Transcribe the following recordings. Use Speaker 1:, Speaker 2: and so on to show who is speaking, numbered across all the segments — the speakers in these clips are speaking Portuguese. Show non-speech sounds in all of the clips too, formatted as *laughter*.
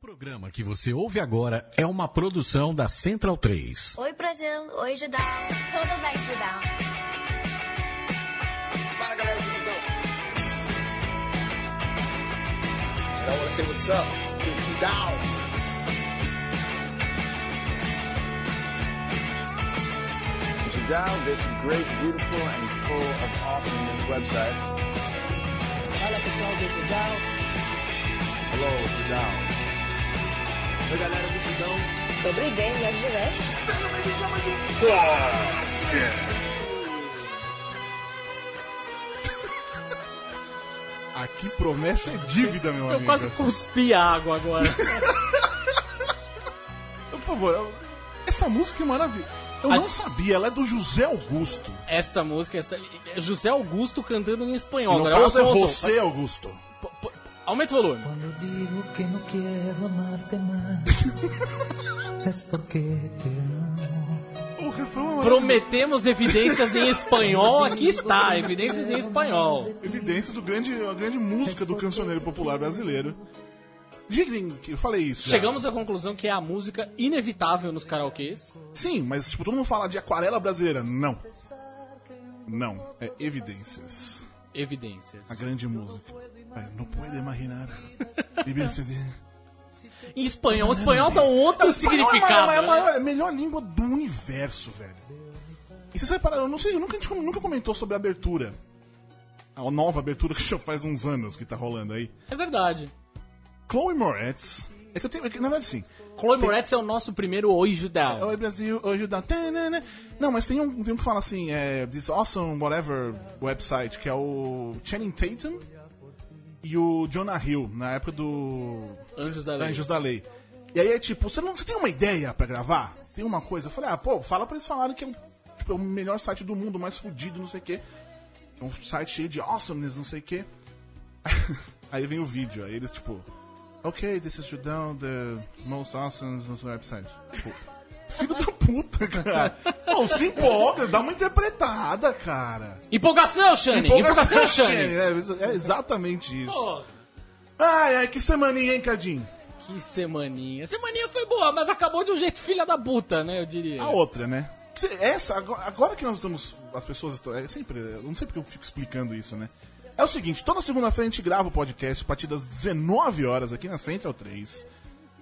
Speaker 1: programa que você ouve agora é uma produção da Central 3.
Speaker 2: Oi, Brasil. Oi, Judão. Tudo bem, Judão?
Speaker 3: Fala galera do Judão. And I wanna say what's up to Judão. Judão, this great, beautiful, and full of awesomeness website. Fala pessoal do Judão. Hello, Judão. Oi galera do Judão.
Speaker 2: Sobre bem, Jorge de Leste.
Speaker 3: Sejam bem-vindos a mais um
Speaker 4: Aqui promessa é dívida, meu
Speaker 5: Eu
Speaker 4: amigo.
Speaker 5: quase cuspi água agora.
Speaker 4: Por favor, eu- essa música é maravilhosa. Eu
Speaker 5: A-
Speaker 4: não sabia, ela é do José Augusto.
Speaker 5: *laughs* esta música, esta... é José Augusto cantando em espanhol.
Speaker 4: no
Speaker 5: galera.
Speaker 4: caso é
Speaker 5: Ouçam, ouçam.
Speaker 4: você, Augusto.
Speaker 5: P- p- Aumenta o volume.
Speaker 6: Cuando digo que no quiero amarte más, es porque te amo.
Speaker 4: O refrão é
Speaker 5: Prometemos evidências em espanhol. Aqui está, evidências em espanhol.
Speaker 4: Evidências do grande, a grande música do cancioneiro popular brasileiro. Digno que eu falei isso. já.
Speaker 5: Chegamos à conclusão que é a música inevitável nos karaokês.
Speaker 4: Sim, mas tipo, todo mundo fala de aquarela brasileira. Não. Não, é evidências.
Speaker 5: Evidências.
Speaker 4: A grande música. É, não
Speaker 5: *laughs*
Speaker 4: pode imaginar. Viver sem-
Speaker 5: Em espanhol, o espanhol dá um outro significado.
Speaker 4: É a, maior- é a
Speaker 5: né?
Speaker 4: maior- é a melhor língua do universo, velho. E vocês repararam, eu não sei, eu nunca, a gente com- nunca comentou sobre a abertura. A nova abertura *laughs* que já faz uns anos que tá rolando aí.
Speaker 5: É verdade.
Speaker 4: Chloe Moretz. É que eu tenho. é que, na verdade, sim.
Speaker 5: Chloe Moretz é o nosso primeiro Oi Judão.
Speaker 4: Oi, Brasil, oi, Judá. Tanana. Não, mas tem um, tem um que fala assim, é. This Awesome Whatever website, que é o Channing Tatum e o Jonah Hill, na época do.
Speaker 5: Anjos da Lei.
Speaker 4: É, Anjos da Lei. E aí é tipo, você não você tem uma ideia pra gravar? Tem uma coisa? Eu falei, ah, pô, fala pra eles falarem que é, um, tipo, é o melhor site do mundo, mais fudido, não sei o quê. É um site cheio de awesomeness, não sei o quê. *laughs* aí vem o vídeo, aí eles tipo, ok, this is Judão, the most awesomeness website. Tipo, filho da puta, *laughs* cara. Não, se empolga, dá uma interpretada, cara.
Speaker 5: Empolgação, Shane! Empolgação, Shane!
Speaker 4: É, é exatamente isso.
Speaker 5: Pô,
Speaker 4: Ai, ai, que semaninha, hein, Cadinho?
Speaker 5: que semaninha. Semaninha foi boa, mas acabou de um jeito filha da puta, né? Eu diria.
Speaker 4: A outra, né? Se- Essa, ago- agora que nós estamos. As pessoas estão. É sempre. Eu não sei porque eu fico explicando isso, né? É o seguinte: toda segunda-feira a gente grava o podcast a partir das 19 horas aqui na Central 3.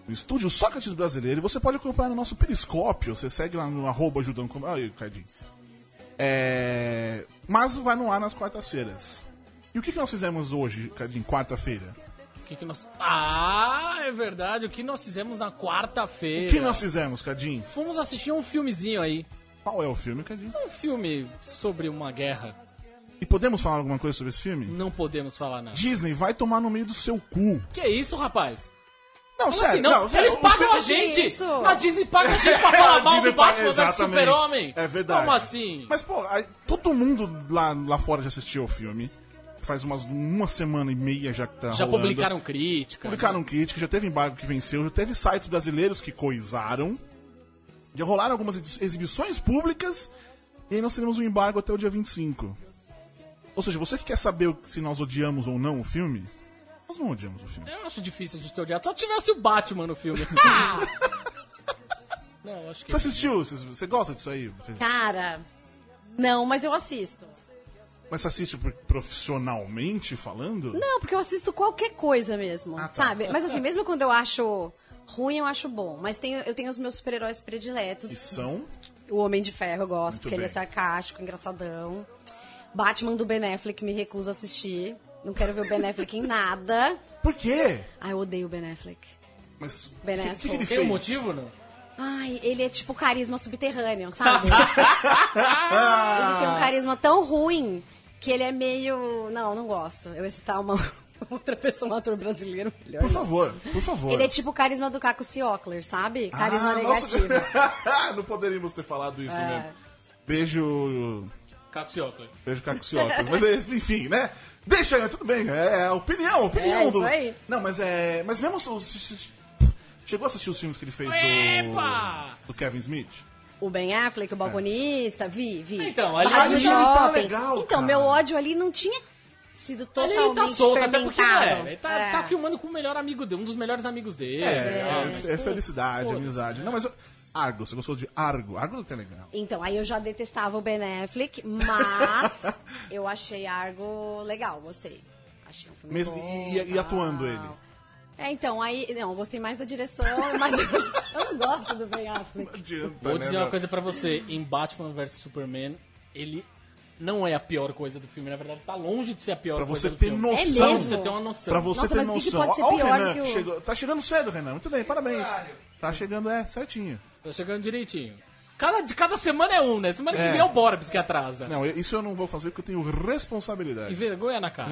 Speaker 4: No estúdio Sócrates Brasileiro. E você pode acompanhar no nosso periscópio. Você segue lá no arroba ajudando. com- Olha aí, Cadinho. É, Mas vai no ar nas quartas-feiras. E o que, que nós fizemos hoje, Cadinho? Quarta-feira?
Speaker 5: O que, que nós. Ah, é verdade. O que nós fizemos na quarta-feira?
Speaker 4: O que nós fizemos, Cadinho?
Speaker 5: Fomos assistir um filmezinho aí.
Speaker 4: Qual é o filme, Cadinho?
Speaker 5: Um filme sobre uma guerra.
Speaker 4: E podemos falar alguma coisa sobre esse filme?
Speaker 5: Não podemos falar nada.
Speaker 4: Disney, vai tomar no meio do seu cu.
Speaker 5: Que isso, rapaz?
Speaker 4: Não,
Speaker 5: Como assim, não? Eles
Speaker 4: o
Speaker 5: pagam
Speaker 4: filme- É,
Speaker 5: a gente!
Speaker 7: Isso.
Speaker 5: A Disney paga a gente
Speaker 4: *laughs*
Speaker 5: pra falar mal do
Speaker 4: Disney paga-
Speaker 5: Batman vs
Speaker 4: exatamente.
Speaker 5: Super-Homem!
Speaker 4: É verdade.
Speaker 5: Como assim?
Speaker 4: Mas, pô, aí, todo mundo lá, lá fora já assistiu o filme. Faz umas, uma semana e meia já que tá
Speaker 5: Já
Speaker 4: rolando.
Speaker 5: publicaram um crítica.
Speaker 4: Publicaram crítica, já teve embargo que venceu, já teve sites brasileiros que coisaram. Já rolaram algumas ex- exibições públicas. E aí nós teremos um embargo até o dia 25. Ou seja, você que quer saber o- se nós odiamos ou não o filme, nós não odiamos o filme.
Speaker 5: Eu acho difícil de ter odiado. Só tivesse o Batman no
Speaker 4: *laughs*
Speaker 5: filme. não, acho que.
Speaker 4: Você assistiu? Você- Você gosta disso aí? Você-
Speaker 7: Cara, não, mas eu assisto.
Speaker 4: Mas você assiste pro- profissionalmente falando?
Speaker 7: Não, porque eu assisto qualquer coisa mesmo,
Speaker 4: Ah, tá.
Speaker 7: sabe?
Speaker 4: *laughs*
Speaker 7: Mas assim, mesmo quando eu acho ruim, eu acho bom. Mas tenho, eu tenho os meus super-heróis prediletos.
Speaker 4: E são.
Speaker 7: O Homem de Ferro eu gosto,
Speaker 4: Muito
Speaker 7: porque ele é
Speaker 4: bem.
Speaker 7: sarcástico, engraçadão. Batman do Ben Affleck me recuso a assistir. Não quero ver o Ben Affleck em nada.
Speaker 4: Por quê?
Speaker 7: Ai, eu odeio o Ben Affleck.
Speaker 4: Mas o
Speaker 7: Ben
Speaker 4: que, que que ele
Speaker 7: Affleck.
Speaker 5: Tem
Speaker 4: fez?
Speaker 5: um motivo, não?
Speaker 7: Ai, ele é tipo carisma
Speaker 4: *laughs*
Speaker 7: subterrâneo, sabe? ele tem um carisma tão ruim que ele é meio. Não, não gosto. Eu excitar uma *laughs* outra pessoa, um ator brasileiro melhor.
Speaker 4: Por favor, por favor.
Speaker 7: Ele é tipo o carisma do Caco Ciocler, sabe? Carisma
Speaker 4: Ah, nossa.
Speaker 7: negativo.
Speaker 4: *laughs* Não poderíamos ter falado isso
Speaker 7: É.
Speaker 4: mesmo. Beijo.
Speaker 5: Caco Ciocler.
Speaker 4: Beijo, Caxiota.
Speaker 7: *laughs*
Speaker 4: mas é, enfim, né? Deixa, né? tudo bem. É a opinião, a opinião
Speaker 7: É,
Speaker 4: do.
Speaker 7: isso aí.
Speaker 4: Não, mas é. Mas mesmo. se- se- se- Chegou a assistir os filmes que ele fez
Speaker 5: Epa!
Speaker 4: do. Do Kevin Smith?
Speaker 7: O Ben
Speaker 4: É.
Speaker 7: Affleck, o balconista, vi, vi.
Speaker 5: Então, ali-
Speaker 7: Mas
Speaker 4: Ali
Speaker 7: no
Speaker 4: já não tá
Speaker 7: shopping.
Speaker 4: legal,
Speaker 7: Então,
Speaker 4: cara.
Speaker 7: meu ódio ali não tinha sido
Speaker 5: Ele,
Speaker 7: totalmente
Speaker 5: tá solto, até porque
Speaker 7: fermentado.
Speaker 5: é, ele tá,
Speaker 7: É.
Speaker 5: tá filmando com o melhor amigo dele, um dos melhores amigos dele.
Speaker 4: É, é,
Speaker 5: mas,
Speaker 4: é
Speaker 5: pô,
Speaker 4: felicidade,
Speaker 5: pô,
Speaker 4: amizade. Não, mas eu- Argo, você gostou de Argo? Argo é legal.
Speaker 7: Então, aí eu já detestava o Ben Affleck,
Speaker 4: *laughs*
Speaker 7: mas eu achei Argo legal, gostei. Achei um filme
Speaker 4: Mesmo-
Speaker 7: bom,
Speaker 4: e- e- e
Speaker 7: tal.
Speaker 4: atuando ele?
Speaker 7: É, então, aí... Não, eu gostei mais da direção, *laughs* mas eu não gosto do Ben Affleck.
Speaker 4: Não adianta,
Speaker 5: Vou
Speaker 4: né,
Speaker 5: dizer uma
Speaker 4: meu?
Speaker 5: coisa pra você. Em Batman vs Superman, ele não é a pior coisa do filme. Na verdade, tá longe de ser a pior
Speaker 4: Pra
Speaker 5: coisa
Speaker 4: você
Speaker 5: do
Speaker 4: ter
Speaker 5: filme.
Speaker 4: noção.
Speaker 7: É mesmo?
Speaker 5: Você ter uma noção.
Speaker 4: Pra você
Speaker 7: Nossa,
Speaker 4: ter
Speaker 7: mas o que que
Speaker 4: noção.
Speaker 7: pode ser
Speaker 4: Ó, ó, o
Speaker 7: pior
Speaker 4: Renan,
Speaker 7: que o-
Speaker 4: chegou- tá chegando cedo, Renan. Muito bem, parabéns. Tá chegando, é, certinho.
Speaker 5: Tá chegando direitinho. Cada, de cada semana é um, né? Semana que
Speaker 4: É.
Speaker 5: vem é o Borbs que atrasa.
Speaker 4: Não, eu- isso eu não vou fazer porque eu tenho
Speaker 5: E
Speaker 4: responsabilidade.
Speaker 5: vergonha na
Speaker 4: *laughs*
Speaker 5: cara.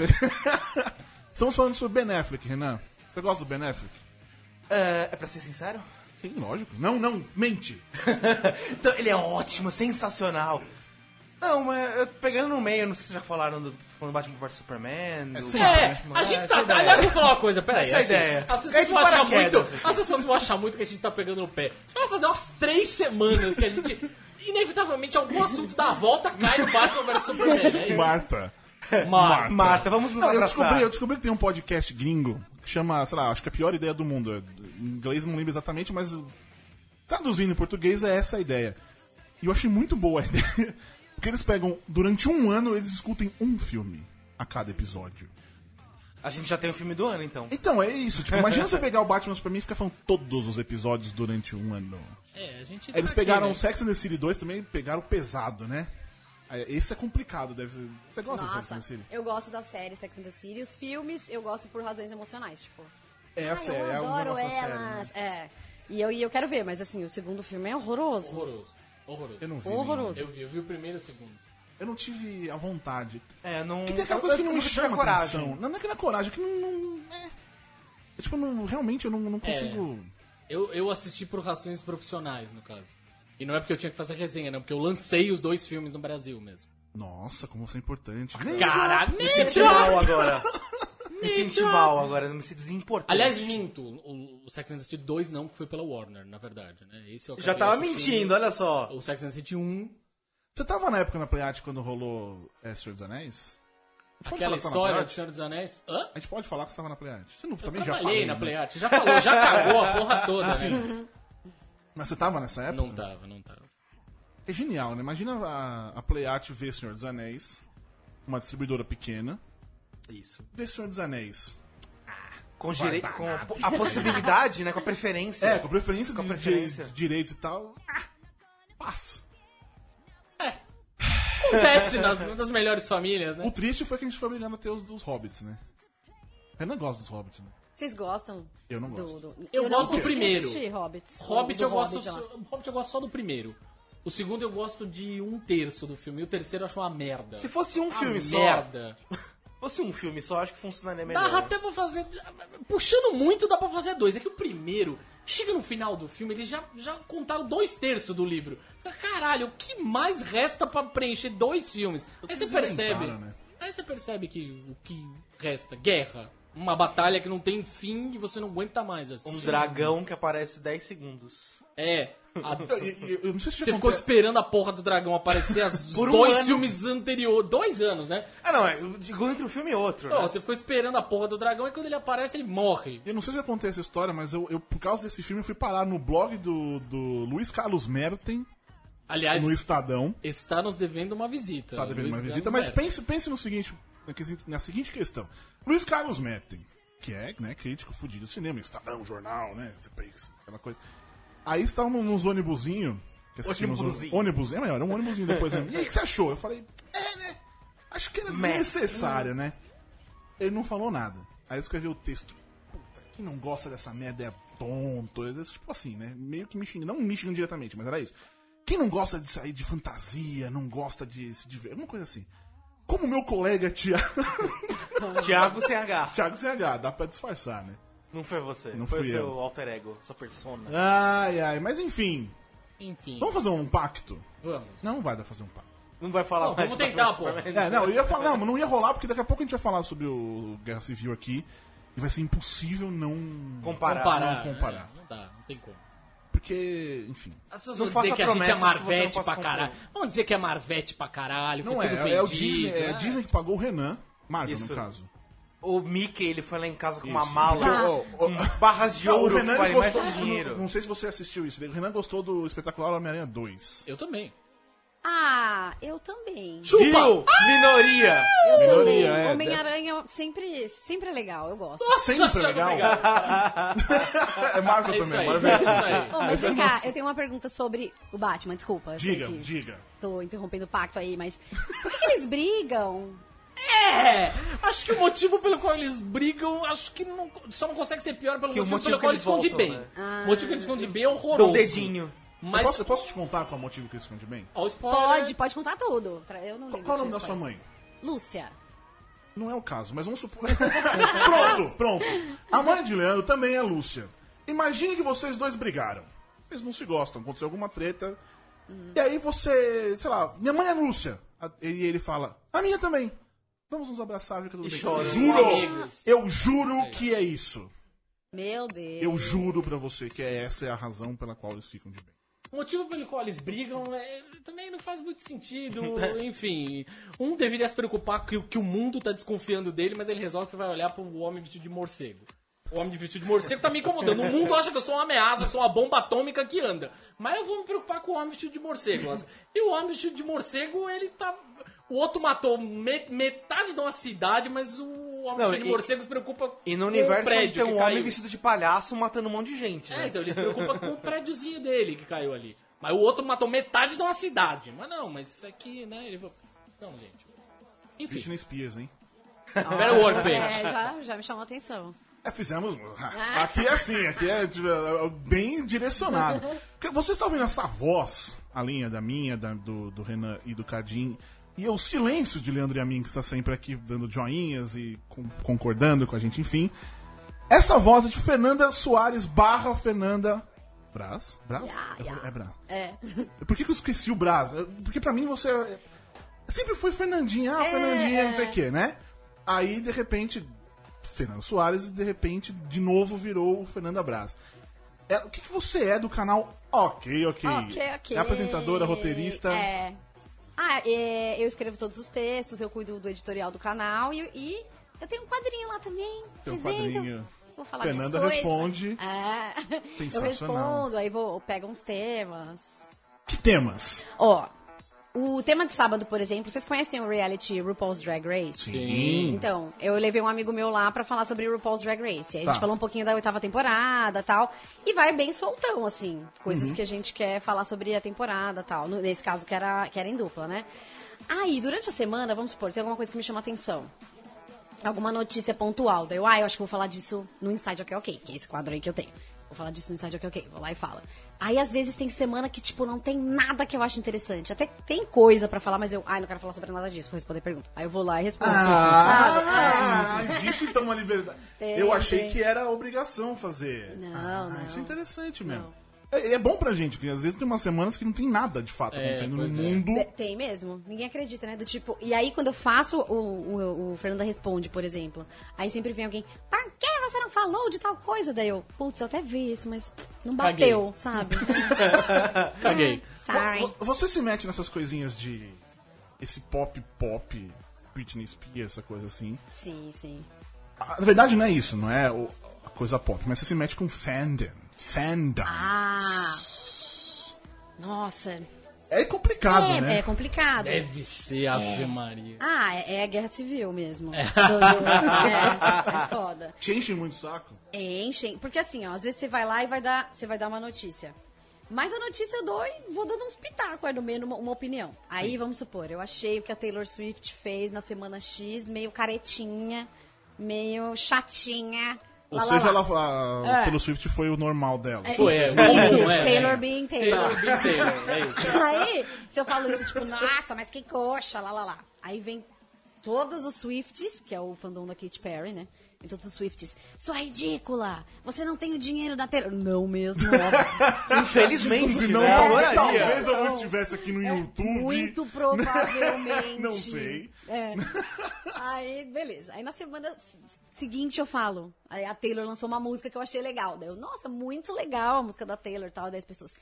Speaker 4: Estamos falando sobre Ben Affleck, Renan. Você gosta do Ben Affleck?
Speaker 8: É, é pra ser sincero? *laughs*
Speaker 4: Sim, lógico. Não, não, mente.
Speaker 8: então, ele é ótimo, sensacional. Não, mas eu- pegando no meio, não sei se vocês já falaram do quando Batman vs Superman. do
Speaker 4: sim.
Speaker 5: É,
Speaker 8: Batman-
Speaker 5: a gente
Speaker 8: essa
Speaker 5: tá.
Speaker 8: ideia.
Speaker 5: Aliás, vou falar uma coisa, peraí.
Speaker 8: Essa
Speaker 5: assim,
Speaker 8: ideia.
Speaker 5: As
Speaker 8: É
Speaker 5: pessoas
Speaker 8: de
Speaker 5: vão achar
Speaker 8: paraquedas,
Speaker 5: muito.
Speaker 8: assim.
Speaker 5: As pessoas vão achar muito que a gente tá pegando no pé. Acho que Vai fazer umas três semanas que a gente. Inevitavelmente, algum assunto da volta cai no Batman vs Superman. É isso.
Speaker 4: Marta.
Speaker 5: Mar-
Speaker 8: Marta, vamos nos
Speaker 4: Não, eu,
Speaker 8: abraçar.
Speaker 4: descobri, eu descobri que tem um podcast gringo que chama, sei lá, acho que é a pior ideia do mundo. Em inglês eu não lembro exatamente, mas traduzindo em português é essa a ideia. E eu achei muito boa a *laughs* ideia. Porque eles pegam, durante um ano, eles discutem um filme a cada episódio.
Speaker 8: A gente já tem o filme do ano, então.
Speaker 4: Então, é isso. Tipo, imagina você pegar o Batman pra mim e ficar falando todos os episódios durante um ano.
Speaker 5: É, a gente tá
Speaker 4: Eles
Speaker 5: aqui,
Speaker 4: pegaram um
Speaker 5: né?
Speaker 4: o Sex and the City 2 também, pegaram pesado, né? Aí, Esse é complicado, deve ser. Você gosta do Sex and
Speaker 7: Nossa,
Speaker 4: the City?
Speaker 7: eu gosto da série Sex and the City. Os filmes eu gosto por razões emocionais, tipo...
Speaker 4: É a
Speaker 7: "Ai,
Speaker 4: série, é
Speaker 7: eu
Speaker 4: o
Speaker 7: adoro
Speaker 4: negócio da série. né?
Speaker 7: elas. É, e eu, e eu quero ver, mas assim, o segundo filme é horroroso.
Speaker 5: Horroroso. Horroroso.
Speaker 4: Eu não vi. nenhum.
Speaker 7: Horroroso.
Speaker 5: Eu vi, eu vi o primeiro e o segundo.
Speaker 4: Eu não tive a vontade.
Speaker 8: É, não.
Speaker 4: Que tem aquela
Speaker 8: eu-
Speaker 4: coisa
Speaker 8: eu
Speaker 4: que não me
Speaker 8: nunca tive
Speaker 4: chama *laughs*
Speaker 8: coragem.
Speaker 4: atenção. Não não é que não é coragem, que não. não- é. Eu, tipo, não, realmente eu não,
Speaker 8: É.
Speaker 4: não consigo.
Speaker 5: Eu, eu assisti por razões profissionais, no caso. E não é porque eu tinha que fazer resenha, não, porque eu lancei os dois filmes no Brasil mesmo.
Speaker 4: Nossa, como isso é importante.
Speaker 8: Ah,
Speaker 5: Caralho!
Speaker 8: Me senti
Speaker 4: *laughs*
Speaker 8: mal agora. Me senti mal agora, me senti desimportante.
Speaker 5: Aliás, minto. O, o Sex and the City 2 não, que foi pela Warner, na verdade, né? Esse eu
Speaker 8: Já
Speaker 5: acabei
Speaker 8: tava
Speaker 5: assistindo.
Speaker 8: mentindo, olha só.
Speaker 5: O Sex and the City 1,
Speaker 4: Você tava na época na Playart quando rolou é, Senhor dos Anéis? Pode
Speaker 5: aquela
Speaker 4: falar que tá na
Speaker 5: história do
Speaker 4: Playart?
Speaker 5: Senhor dos Anéis. Hã?
Speaker 4: A gente pode falar que você tava na Playart. Você não
Speaker 5: Eu
Speaker 4: também já
Speaker 5: trabalhei
Speaker 4: falei,
Speaker 5: na
Speaker 4: né?
Speaker 5: Playart, já falou, já cagou a porra toda, né?
Speaker 4: Mas você tava nessa época?
Speaker 5: Não tava, não tava.
Speaker 4: É genial, né? Imagina a, a Playart ver Senhor dos Anéis, uma distribuidora pequena,
Speaker 8: Isso.
Speaker 4: ver Senhor dos Anéis.
Speaker 8: Com, direi- com a, po- a possibilidade, né? Com a preferência.
Speaker 4: É, com a preferência,
Speaker 8: Com a
Speaker 4: de- de-
Speaker 8: preferência.
Speaker 4: De, direitos e tal. Ah, passa.
Speaker 5: Acontece nas, nas melhores famílias, né?
Speaker 4: O triste foi que a gente foi obrigado a ter os dos hobbits, né? Eu não gosto dos hobbits, né?
Speaker 7: Vocês gostam?
Speaker 4: Eu não
Speaker 7: do-
Speaker 4: gosto.
Speaker 7: do-
Speaker 5: Eu
Speaker 7: não
Speaker 5: gosto do
Speaker 7: consegui
Speaker 5: primeiro.
Speaker 7: assistir Hobbits.
Speaker 5: Hobbit
Speaker 7: Do
Speaker 5: eu, gosto,
Speaker 7: Hobbit lá.
Speaker 5: só- Hobbit eu gosto só do primeiro. O segundo eu gosto de um terço do filme. E o terceiro eu acho uma merda.
Speaker 8: Se fosse um
Speaker 4: Ah,
Speaker 5: uma
Speaker 8: filme só.
Speaker 5: merda.
Speaker 8: Se fosse um filme só, acho que funcionaria melhor.
Speaker 5: Dá até pra fazer. Puxando muito, dá pra fazer dois. É que o primeiro, chega no final do filme, eles já, já contaram dois terços do livro. Fica, Caralho, o que mais resta pra preencher dois filmes? Aí você percebe.
Speaker 4: inventaram, né?
Speaker 5: Aí você percebe que o que resta? Guerra. Uma batalha que não tem fim e você não aguenta mais assim.
Speaker 8: Um dragão que aparece 10 segundos.
Speaker 5: É. a-
Speaker 8: *laughs*
Speaker 4: Eu, eu- eu não sei se
Speaker 5: Você
Speaker 4: já
Speaker 5: ficou
Speaker 4: contei-
Speaker 5: esperando a porra do dragão aparecer as
Speaker 8: *laughs* Por um
Speaker 5: dois
Speaker 8: ano.
Speaker 5: filmes anteriores. Dois anos, né?
Speaker 8: Ah, não, é, eu digo entre um filme e outro.
Speaker 5: Não,
Speaker 8: né?
Speaker 5: você ficou esperando a porra do dragão e quando ele aparece, ele morre.
Speaker 4: Eu não sei se já contei essa história, mas eu, eu, por causa desse filme, eu fui parar no blog do, do Luiz Carlos Merten,
Speaker 5: Aliás,
Speaker 4: no Estadão.
Speaker 5: está nos devendo uma visita.
Speaker 4: Tá devendo
Speaker 5: Luiz
Speaker 4: uma
Speaker 5: Carlos
Speaker 4: visita, mas
Speaker 5: Neto.
Speaker 4: pense, pense no seguinte, na que- na seguinte questão. Luiz Carlos Metten, que é né, crítico fudido do cinema, Estadão, jornal, né? Você pensa, aquela coisa. Aí estavam nos ônibusinho, que assistimos
Speaker 8: Ônibusinho.
Speaker 4: o- ônibus, é melhor, era um ônibusinho
Speaker 5: *laughs*
Speaker 4: depois. Né? E aí, o que você achou? Eu falei, é, né? Acho que era desnecessário, né? Ele não falou nada. Aí ele escreveu o texto. Puta, quem não gosta dessa merda é tonto. Às vezes, Tipo assim, né? Meio que me xingando. Não me xingando diretamente, mas era isso. Quem não gosta de sair de fantasia, não gosta de se divertir, alguma coisa assim. Como meu colega Tiago
Speaker 5: *laughs*
Speaker 8: Tiago sem H.
Speaker 4: *laughs* Thiago CH, dá pra disfarçar, né?
Speaker 8: Não foi você.
Speaker 4: Não
Speaker 8: foi o
Speaker 4: fui
Speaker 8: seu
Speaker 4: eu.
Speaker 8: alter ego, sua persona.
Speaker 4: Ai, ai, mas enfim.
Speaker 5: Enfim,
Speaker 4: Vamos fazer um pacto?
Speaker 5: vamos.
Speaker 4: Não vai dar pra fazer um pacto.
Speaker 8: Não vai falar
Speaker 5: Não,
Speaker 8: mais.
Speaker 5: vamos
Speaker 8: de
Speaker 5: tentar,
Speaker 8: Batman
Speaker 5: pô.
Speaker 8: Superman.
Speaker 4: É, não, eu ia falar, não, mas não ia rolar, porque daqui a pouco a gente vai falar sobre o Guerra Civil aqui. E vai ser impossível não.
Speaker 8: Comparar.
Speaker 5: Comparar.
Speaker 4: Não comparar.
Speaker 5: né? Não dá, não tem como.
Speaker 4: Porque, enfim.
Speaker 5: As pessoas
Speaker 8: Não
Speaker 5: vão dizer
Speaker 8: faça
Speaker 5: que a gente é
Speaker 8: promessas que você não
Speaker 5: Marvete
Speaker 8: possa
Speaker 5: pra caralho.
Speaker 8: cumprir.
Speaker 5: Vão dizer que é Marvete pra caralho, que
Speaker 4: Não
Speaker 5: é tudo
Speaker 4: é,
Speaker 5: vendido.
Speaker 4: é o Disney, é a
Speaker 5: né?
Speaker 4: Disney que pagou o Renan Marvel,
Speaker 8: Isso.
Speaker 4: no caso.
Speaker 8: O Mickey, ele foi lá em casa com uma
Speaker 4: Isso.
Speaker 8: mala
Speaker 5: Ah.
Speaker 4: Porque, ó, ó,
Speaker 8: com barras de
Speaker 4: Não,
Speaker 8: ouro
Speaker 4: o
Speaker 8: que
Speaker 4: Renan
Speaker 8: vale
Speaker 4: ele
Speaker 8: mais
Speaker 4: gostou
Speaker 8: que
Speaker 4: do-
Speaker 8: dinheiro.
Speaker 4: Não sei se você assistiu isso. O Renan gostou do espetacular Homem-Aranha 2.
Speaker 5: Eu também.
Speaker 7: Ah, eu também.
Speaker 8: Viu?
Speaker 5: Ah!
Speaker 8: Minoria!
Speaker 7: Eu
Speaker 4: Minoria,
Speaker 7: também.
Speaker 4: é. Ah,
Speaker 7: Homem-Aranha sempre, sempre é legal, eu gosto.
Speaker 4: Sempre
Speaker 5: Senhora,
Speaker 4: legal.
Speaker 5: obrigado.
Speaker 4: É Marvel
Speaker 5: É isso
Speaker 4: também.
Speaker 5: aí.
Speaker 4: Marvel.
Speaker 5: É *laughs* isso aí.
Speaker 7: Ô, mas vem cá, eu tenho uma pergunta sobre o Batman, desculpa. eu sei
Speaker 4: Diga,
Speaker 7: que
Speaker 4: diga.
Speaker 7: Tô interrompendo o pacto aí, mas por que que eles brigam?
Speaker 5: É, acho que o motivo pelo qual eles brigam, acho que não- só não consegue ser pior pelo
Speaker 8: Que o
Speaker 5: motivo,
Speaker 8: motivo
Speaker 5: pelo
Speaker 8: que
Speaker 5: qual
Speaker 8: eles
Speaker 5: eles esconde
Speaker 8: voltam,
Speaker 5: bem.
Speaker 8: né?
Speaker 5: O motivo que eles esconde
Speaker 4: Ah.
Speaker 5: bem é horroroso.
Speaker 8: Com o dedinho.
Speaker 5: Mas,
Speaker 4: um Eu, posso, eu posso te contar qual é o motivo que ele esconde bem?
Speaker 5: ó, o spoiler.
Speaker 7: Pode, pode contar tudo. Pra, eu não
Speaker 4: Qual,
Speaker 7: ligo
Speaker 4: qual é o nome
Speaker 7: pra
Speaker 4: da sua
Speaker 7: spoiler.
Speaker 4: mãe?
Speaker 7: Lúcia.
Speaker 4: Não é o caso, mas vamos supor. *laughs* pronto, pronto. A mãe de Leandro também é Lúcia. Imagine que vocês dois brigaram. Vocês não se gostam, aconteceu alguma treta. E aí você, sei lá, minha mãe é Lúcia. A- E ele fala, a minha também. Vamos nos abraçar, fica tudo
Speaker 8: E
Speaker 4: bem.
Speaker 8: choram.
Speaker 4: Juro,
Speaker 5: Amigos.
Speaker 4: eu juro que é isso.
Speaker 7: Meu Deus.
Speaker 4: Eu juro pra você que é essa é a razão pela qual eles ficam de bem.
Speaker 5: O motivo pelo qual eles brigam é- também não faz muito sentido.
Speaker 8: *laughs* É.
Speaker 5: Enfim, um deveria se preocupar que, o- que o mundo tá desconfiando dele, mas ele resolve que vai olhar pro homem vestido de morcego. O homem vestido de morcego tá me incomodando. O mundo acha que eu sou uma ameaça, eu sou uma bomba atômica que anda. Mas eu vou me preocupar com o homem vestido de morcego. E o homem vestido de morcego, ele tá. O outro matou me- metade de uma cidade, mas o homem
Speaker 8: Não,
Speaker 5: vestido de
Speaker 8: e-
Speaker 5: morcego se preocupa
Speaker 8: E no
Speaker 5: com
Speaker 8: universo
Speaker 5: o
Speaker 8: onde
Speaker 5: prédio
Speaker 8: tem um
Speaker 5: que
Speaker 8: homem
Speaker 5: caiu.
Speaker 8: vestido de palhaço matando um monte de gente,
Speaker 5: É,
Speaker 8: né?
Speaker 5: então ele se preocupa com o prédiozinho dele que caiu ali. Mas o outro matou metade de uma cidade. Mas não, mas isso aqui, né? Ele... falou, Não, gente. Enfim,
Speaker 4: Britney Spears, hein?
Speaker 5: better work,
Speaker 7: É,
Speaker 5: page.
Speaker 7: já, já me chamou a atenção.
Speaker 4: É, fizemos. Aqui é assim, aqui é tipo, é bem direcionado. Porque Vocês estão ouvindo essa voz, a linha da minha, da- do, do Renan e do Cadim, e é o silêncio de Leandro e a mim, que está sempre aqui dando joinhas e com- concordando com a gente, enfim. Essa voz é de Fernanda Soares barra Fernanda. Brás? Brás? Eu falei- É Brás.
Speaker 7: É.
Speaker 4: Por que, que eu esqueci o Brás? Eu- Porque pra mim você. é- Sempre foi Fernandinha,
Speaker 7: É,
Speaker 4: ah, Fernandinha, não sei o quê, né? Aí, de repente, Fernando Soares, e de repente, de novo virou o Fernanda Brás. É, o que, que você é do canal Ok, Ok?
Speaker 7: Ok, ok.
Speaker 4: É apresentadora, roteirista.
Speaker 7: É. Ah, é, eu escrevo todos os textos, eu cuido do editorial do canal e, e eu tenho um quadrinho lá também.
Speaker 4: Tem um
Speaker 7: apresento,
Speaker 4: quadrinho.
Speaker 7: Vou falar
Speaker 4: Fernanda
Speaker 7: minhas coisas.
Speaker 4: responde.
Speaker 7: Ah, *laughs* eu
Speaker 4: Sensacional.
Speaker 7: respondo, aí vou, eu pego uns temas.
Speaker 4: Que temas?
Speaker 7: Ó, o tema de sábado, por exemplo, vocês conhecem o reality RuPaul's Drag Race?
Speaker 4: Sim.
Speaker 7: Então, eu levei um amigo meu lá pra falar sobre RuPaul's Drag Race. Aí A gente
Speaker 4: Tá.
Speaker 7: falou um pouquinho da oitava temporada tal. E vai bem soltão, assim.
Speaker 4: Uhum.
Speaker 7: Coisas que a gente quer falar sobre a temporada tal. No- Nesse caso, que era, que era em dupla, né? Aí, durante a semana, vamos supor, tem alguma coisa que me chama atenção. Alguma notícia pontual. Daí eu, ah, eu acho que vou falar disso no Inside OK OK, que é esse quadro aí que eu tenho. Vou falar disso no Inside OK OK, vou lá e falo. Aí, às vezes, tem semana que, tipo, não tem nada que eu acho interessante. Até tem coisa pra falar, mas eu, ai, não quero falar sobre nada disso, vou responder pergunta. Aí eu vou lá e respondo. sabe?
Speaker 4: Ah, existe então uma liberdade.
Speaker 7: Tem,
Speaker 4: eu achei
Speaker 7: tem.
Speaker 4: que era obrigação fazer.
Speaker 7: Não,
Speaker 4: ah,
Speaker 7: não.
Speaker 4: Isso é interessante mesmo. É, é bom pra gente, porque às vezes tem umas semanas que não tem nada de fato
Speaker 5: É,
Speaker 4: acontecendo no
Speaker 5: pois é.
Speaker 4: mundo.
Speaker 7: Te- Tem mesmo. Ninguém acredita, né? Do tipo. E aí, quando eu faço o, o, o Fernanda Responde, por exemplo, aí sempre vem alguém, por que você não falou de tal coisa? Daí eu, putz, eu até vi isso, mas não bateu,
Speaker 5: Caguei.
Speaker 7: sabe?
Speaker 5: *laughs* Caguei.
Speaker 7: Sorry.
Speaker 4: Vo- vo- Você se mete nessas coisinhas de. Esse pop pop, Britney Spears, essa coisa assim.
Speaker 7: Sim, sim.
Speaker 4: Ah, Na verdade, não é isso, não é o- a coisa pop, mas você se mete com fandom. Fandom.
Speaker 7: Ah. Nossa.
Speaker 4: É complicado,
Speaker 7: é,
Speaker 4: né?
Speaker 7: é complicado.
Speaker 5: Deve ser Ave Maria.
Speaker 7: Ah, é, é a guerra civil mesmo. Do- do- é, é foda.
Speaker 4: Te enche muito o saco.
Speaker 7: Enchem, porque assim, ó, às vezes você vai lá e vai dar, você vai dar uma notícia. Mas a notícia eu dou e vou dando uns pitacos aí no meio, uma, uma opinião. Aí, vamos supor, eu achei o que a Taylor Swift fez na semana X meio caretinha, meio chatinha.
Speaker 4: Ou
Speaker 7: lá, lá,
Speaker 4: seja,
Speaker 7: lá.
Speaker 4: ela, a,
Speaker 7: É.
Speaker 4: pelo Swift foi o normal dela.
Speaker 5: Pô, é,
Speaker 7: Isso,
Speaker 5: bom, é,
Speaker 7: Taylor
Speaker 5: é.
Speaker 7: being Taylor.
Speaker 5: Taylor Bean Taylor, é isso.
Speaker 7: Aí, se eu falo isso, tipo, nossa, mas que coxa, lá, lá, lá. Aí vem todos os Swifts, que é o fandom da Katy Perry, né? E todos os Swifts, sua ridícula, você não tem o dinheiro da Taylor. Não mesmo, né?
Speaker 4: *laughs*
Speaker 7: óbvio.
Speaker 8: Infelizmente,
Speaker 4: Se não,
Speaker 8: né?
Speaker 4: talvez-
Speaker 8: Adoraria.
Speaker 4: talvez eu estivesse aqui no YouTube.
Speaker 7: É Muito provavelmente.
Speaker 4: *laughs* Não sei.
Speaker 7: É. Aí, beleza. Aí na semana s- seguinte eu falo. Aí a Taylor lançou uma música que eu achei legal. Daí eu, nossa, muito legal a música da Taylor e tal. Daí as pessoas,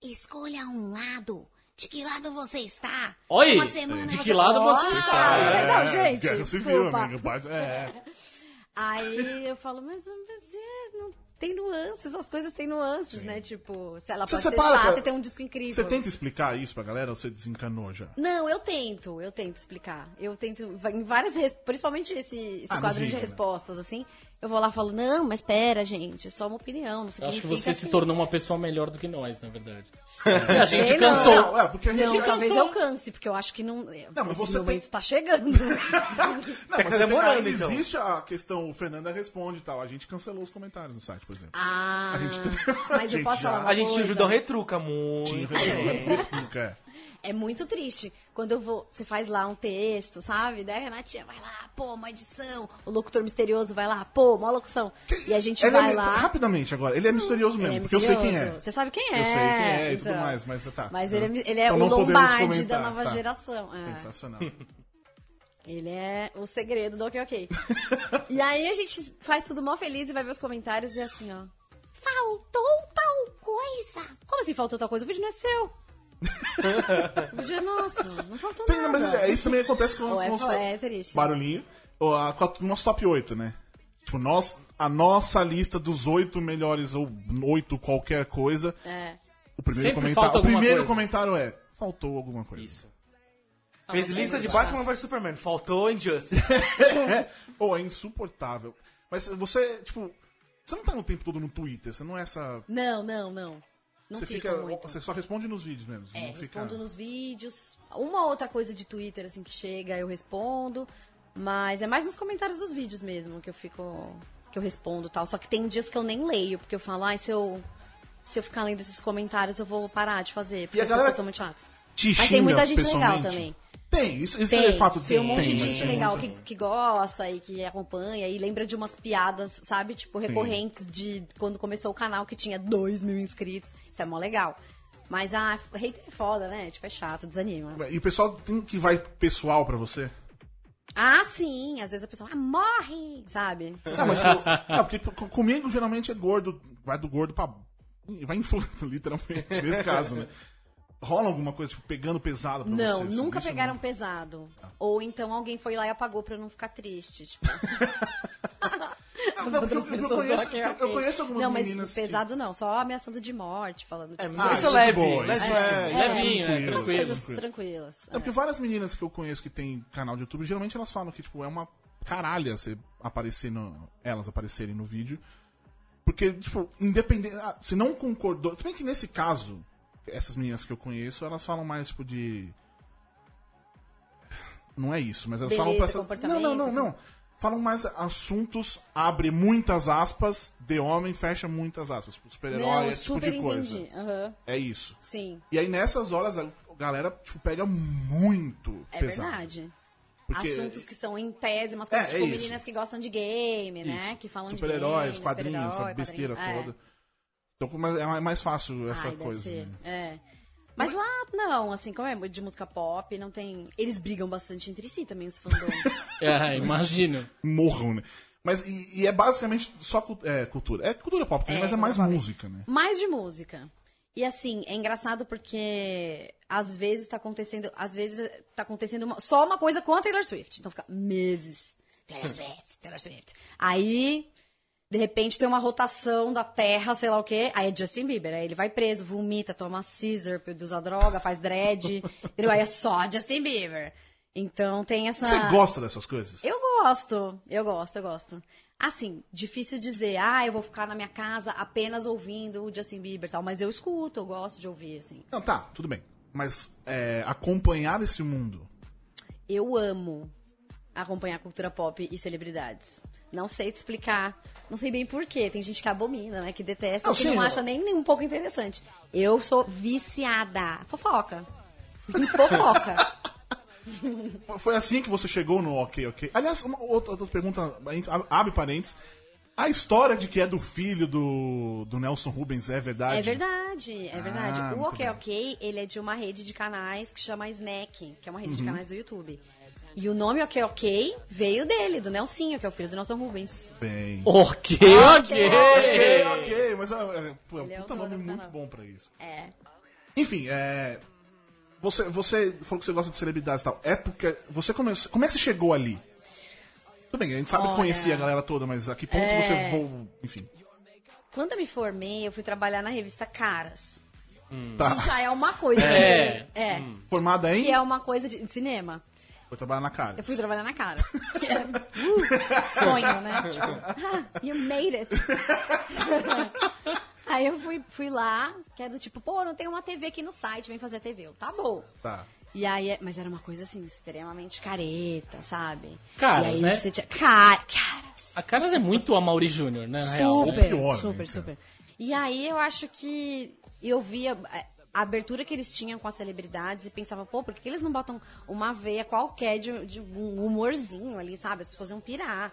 Speaker 7: escolha um lado.
Speaker 2: De que lado você está?
Speaker 5: Oi,
Speaker 2: Uma semana
Speaker 5: de
Speaker 2: você-
Speaker 5: que lado você
Speaker 2: Olha!
Speaker 7: Ah,
Speaker 5: está?
Speaker 4: É,
Speaker 9: não, gente,
Speaker 4: Guerra civil,
Speaker 9: desculpa.
Speaker 4: amigo. paz- É,
Speaker 7: Aí eu falo, mas, mas é, não tem nuances, as coisas têm nuances, né? Tipo, se ela
Speaker 4: Você
Speaker 7: pode ser
Speaker 4: separa,
Speaker 7: chata
Speaker 4: cara.
Speaker 7: e ter um disco incrível.
Speaker 4: Você tenta explicar isso pra galera ou você desencanou já?
Speaker 7: Não, eu tento, eu tento explicar. Eu tento, va- em várias, res- principalmente esse, esse
Speaker 4: Ah, no
Speaker 7: quadro de
Speaker 4: vídeo, né?
Speaker 7: respostas, assim, eu vou lá e falo, não, mas pera, gente, é só uma opinião, não
Speaker 5: Eu
Speaker 7: significa
Speaker 5: acho que você se
Speaker 7: que-
Speaker 5: tornou uma pessoa melhor do que nós, na verdade. A
Speaker 7: sei
Speaker 5: gente
Speaker 7: assim." não.
Speaker 5: cansou.
Speaker 4: Não, é, porque a gente.
Speaker 7: Não, talvez
Speaker 4: cansou.
Speaker 7: eu canse, porque eu acho que não.
Speaker 4: Não, mas
Speaker 7: esse
Speaker 4: você
Speaker 7: momento
Speaker 4: tem- *laughs*
Speaker 7: tá
Speaker 4: *laughs*
Speaker 7: chegando.
Speaker 4: Não,
Speaker 8: Tá
Speaker 4: mas você tem-
Speaker 8: demorando,
Speaker 4: ainda
Speaker 8: então.
Speaker 4: existe a questão, o Fernanda responde e tal. A gente cancelou os comentários no site, por exemplo.
Speaker 7: ah,
Speaker 4: gente-
Speaker 7: mas eu
Speaker 4: gente,
Speaker 7: posso
Speaker 4: já-
Speaker 7: falar uma
Speaker 8: A gente te
Speaker 7: coisa?
Speaker 8: ajudou retruca muito.
Speaker 4: Tinha retorno, é.
Speaker 7: É muito triste. Quando eu vou, você faz lá um texto, sabe? Daí a Renatinha vai lá, pô, uma edição. O locutor misterioso vai lá, pô, uma locução. E a gente
Speaker 4: Ele é
Speaker 7: vai
Speaker 4: mi-
Speaker 7: lá.
Speaker 4: Rapidamente agora, ele é misterioso mesmo,
Speaker 7: Ele é
Speaker 4: porque eu sei quem é.
Speaker 7: misterioso. Você sabe quem é.
Speaker 4: Eu sei quem é e
Speaker 7: então.
Speaker 4: tudo mais, mas tá.
Speaker 7: Mas ele é, mi- ele é
Speaker 4: Então
Speaker 7: o
Speaker 4: não podemos
Speaker 7: Lombardi da
Speaker 4: comentar,
Speaker 7: nova
Speaker 4: tá.
Speaker 7: geração. É. *laughs*
Speaker 4: Sensacional.
Speaker 7: Ele é o segredo do ok, ok. e aí a gente faz tudo mó feliz e vai ver os comentários e é assim, ó. Faltou tal coisa. Como assim faltou tal coisa? O vídeo não é seu. o vídeo é nosso. Não faltou
Speaker 4: Tem,
Speaker 7: nada.
Speaker 4: mas é, isso também acontece com,
Speaker 7: Ou é,
Speaker 4: com
Speaker 7: fo- é triste.
Speaker 4: barulhinho. Ou a, com a- com o nosso top 8, né? Tipo, nós, a nossa lista dos oito melhores ou oito qualquer coisa.
Speaker 7: É.
Speaker 4: O primeiro,
Speaker 5: Sempre
Speaker 4: comentário,
Speaker 5: falta
Speaker 4: o
Speaker 5: alguma
Speaker 4: primeiro
Speaker 5: coisa.
Speaker 4: comentário é: faltou alguma coisa.
Speaker 8: Isso. Fez lista de Batman vs Superman.
Speaker 4: *laughs*
Speaker 8: Faltou Injustice.
Speaker 4: Ou é insuportável. Mas você, tipo, você não tá no tempo todo no Twitter, você não é essa.
Speaker 7: Não, não, não. Não
Speaker 4: você
Speaker 7: fica, muito.
Speaker 4: Você só responde nos vídeos mesmo. você
Speaker 7: É,
Speaker 4: não fica...
Speaker 7: respondo nos vídeos. Uma outra coisa de Twitter, assim, que chega, eu respondo. Mas é mais nos comentários dos vídeos mesmo que eu fico. que eu respondo e tal. Só que tem dias que eu nem leio, porque eu falo, ai, se eu. Se eu ficar lendo esses comentários, eu vou parar de fazer, porque
Speaker 4: E a
Speaker 7: as
Speaker 4: galera-
Speaker 7: pessoas são muito chatas.
Speaker 4: Te
Speaker 7: Mas tem
Speaker 4: xinga
Speaker 7: muita gente legal
Speaker 4: pessoalmente?
Speaker 7: também.
Speaker 4: Tem, isso, isso
Speaker 7: Tem,
Speaker 4: é fato de
Speaker 7: tem um monte
Speaker 4: tem, mas
Speaker 7: de gente
Speaker 4: tem
Speaker 7: legal que,
Speaker 4: muito.
Speaker 7: que gosta e que acompanha e lembra de umas piadas, sabe? Tipo, recorrentes de quando começou o canal que tinha 2 mil inscritos. Isso é mó legal. Mas a hater é foda, né? Tipo, é chato, desanima.
Speaker 4: E o pessoal tem que vai pessoal pra você?
Speaker 7: Ah, sim! Às vezes a pessoa, ah, morre! Sabe?
Speaker 4: Não, mas tipo, não, porque com- comigo geralmente é gordo, vai do gordo pra. Vai inflando, *laughs* literalmente, nesse caso, né? Rola alguma coisa, tipo, pegando pesado pra
Speaker 7: Não,
Speaker 4: você? assim,
Speaker 7: nunca
Speaker 4: isso
Speaker 7: pegaram
Speaker 4: não.
Speaker 7: pesado.
Speaker 4: Tá.
Speaker 7: Ou então alguém foi lá e apagou pra eu não ficar triste.
Speaker 4: *laughs*
Speaker 7: Tipo,
Speaker 4: Não,
Speaker 7: as
Speaker 4: não, é
Speaker 7: outras
Speaker 4: porque eu, eu
Speaker 7: pessoas do
Speaker 4: conheço,
Speaker 7: ok,
Speaker 4: eu
Speaker 7: ok.
Speaker 4: conheço algumas
Speaker 7: Não, mas
Speaker 4: meninas. que-
Speaker 7: pesado não, só ameaçando de morte, falando.
Speaker 8: É,
Speaker 7: tipo,
Speaker 8: mas isso é
Speaker 4: gente,
Speaker 8: leve.
Speaker 4: boa,
Speaker 8: leve.
Speaker 4: isso é-
Speaker 5: É, levinho, é,
Speaker 7: umas
Speaker 5: tranquilo.
Speaker 7: coisas tranquilas.
Speaker 4: É porque várias meninas que eu conheço que tem canal de YouTube, geralmente elas falam que, tipo, é uma caralha você aparecer no, elas aparecerem no vídeo. Porque, tipo, independente. ah, se não concordou. Se bem que nesse caso, essas meninas que eu conheço, elas falam mais, tipo, de. Não é isso, mas elas
Speaker 7: Beleza, assim.
Speaker 4: falam pra essa-
Speaker 7: comportamento,
Speaker 4: Não, não, não, não. Falam mais assuntos, abre muitas aspas, de homem, fecha muitas aspas. Tipo,
Speaker 7: Não,
Speaker 4: super-herói, esse tipo
Speaker 7: super
Speaker 4: de coisa.
Speaker 7: entendi. Aham,
Speaker 4: É isso.
Speaker 7: Sim,
Speaker 4: E aí nessas horas a galera tipo, pega muito
Speaker 7: é
Speaker 4: pesado.
Speaker 7: verdade.
Speaker 4: Porque-
Speaker 7: Assuntos que são em tese, umas coisas
Speaker 4: É, é
Speaker 7: tipo
Speaker 4: isso.
Speaker 7: meninas que gostam de game, né?
Speaker 4: Isso.
Speaker 7: Que falam
Speaker 4: Super-heróis,
Speaker 7: de game,
Speaker 4: quadrinhos,
Speaker 7: super-herói,
Speaker 4: essa besteira
Speaker 7: quadrinho.
Speaker 4: toda. Então como é é mais fácil
Speaker 7: É.
Speaker 4: essa
Speaker 7: Ai,
Speaker 4: coisa.
Speaker 7: deve ser.
Speaker 4: né?
Speaker 7: É. Mas lá, não, assim, como é de música pop, não tem... Eles brigam bastante entre si também, os
Speaker 4: *laughs*
Speaker 7: fandoms.
Speaker 5: É, imagino.
Speaker 4: Morram, né? Mas e, e é basicamente só cu- é, cultura. É cultura pop, também,
Speaker 7: É,
Speaker 4: mas é
Speaker 7: como
Speaker 4: mais
Speaker 7: eu falei.
Speaker 4: música, né?
Speaker 7: Mais de música. E assim, é engraçado porque às vezes tá acontecendo, às vezes tá acontecendo uma- só uma coisa com a Taylor Swift. Então fica meses. Taylor Swift, Taylor Swift. Aí, de repente, tem uma rotação da terra, sei lá o quê. Aí é Justin Bieber. Aí ele vai preso, vomita, toma scissor, usa droga, faz dread.
Speaker 4: *laughs*
Speaker 7: entendeu? Aí é só Justin Bieber. Então tem essa.
Speaker 4: Você gosta dessas coisas?
Speaker 7: Eu gosto, eu gosto, eu gosto. Assim, difícil dizer, ah, eu vou ficar na minha casa apenas ouvindo o Justin Bieber e tal, mas eu escuto, eu gosto de ouvir, assim.
Speaker 4: Não, tá, tudo bem. Mas é, acompanhar esse mundo.
Speaker 7: Eu amo acompanhar cultura pop e celebridades. Não sei te explicar, não sei bem porquê, tem gente que abomina, né, que detesta,
Speaker 4: Não,
Speaker 7: que
Speaker 4: sim,
Speaker 7: não
Speaker 4: eu-
Speaker 7: acha nem, nem um pouco interessante. Eu sou viciada. Fofoca. *laughs* Em fofoca.
Speaker 4: Foi assim que você chegou no Ok Ok. Aliás, uma outra, outra pergunta, a gente ab- abre parênteses. A história de que é do filho do, do Nelson Rubens é verdade?
Speaker 7: É verdade, é verdade.
Speaker 4: Ah,
Speaker 7: o
Speaker 4: muito
Speaker 7: Ok
Speaker 4: bem.
Speaker 7: Ok, ele é de uma rede de canais que chama Snack, que é uma rede de
Speaker 4: Uhum.
Speaker 7: canais do YouTube. E o nome Ok Ok veio dele, do Nelsinho, que é o filho do Nelson Rubens.
Speaker 4: Bem.
Speaker 5: Ok, ok.
Speaker 4: Ok, ok, mas é, é, pô, é um
Speaker 7: Ele é
Speaker 4: puta
Speaker 7: o dono
Speaker 4: nome
Speaker 7: do
Speaker 4: muito
Speaker 7: canal.
Speaker 4: bom pra isso.
Speaker 7: É.
Speaker 4: Enfim, é. Você, você falou que você gosta de celebridades e tal. É porque. Você começou. Como é que você chegou ali? Tudo bem, a gente sabe que
Speaker 7: Olha. É.
Speaker 4: conhecia a galera toda, mas a que ponto você vou. Enfim.
Speaker 7: Quando eu me formei, eu fui trabalhar na revista Caras.
Speaker 4: Tá.
Speaker 7: Já é uma coisa.
Speaker 5: É.
Speaker 7: né? É.
Speaker 4: Hum. Formada em.
Speaker 7: Que é uma coisa de, de cinema.
Speaker 4: Vou trabalhar na cara.
Speaker 7: Eu fui trabalhar na Caras. Que é, uh, sonho, né? Tipo, ah, you made it. *laughs* Aí eu fui, fui lá, que é do tipo, pô, não tem uma TV aqui no site, vem fazer TV. Eu, tá bom.
Speaker 4: Tá.
Speaker 7: E aí, é- mas era uma coisa assim, extremamente careta, sabe?
Speaker 5: Caras,
Speaker 7: e aí
Speaker 5: né?
Speaker 7: você tinha. Cara, caras.
Speaker 5: A Caras é muito a Mauri Júnior, né? Na real. né?
Speaker 7: Super,
Speaker 4: pior, né, cara?
Speaker 7: super, super. E aí eu acho que eu via é, a abertura que eles tinham com as celebridades e pensava, pô, por que que eles não botam uma veia qualquer de, de um humorzinho ali, sabe? As pessoas iam pirar.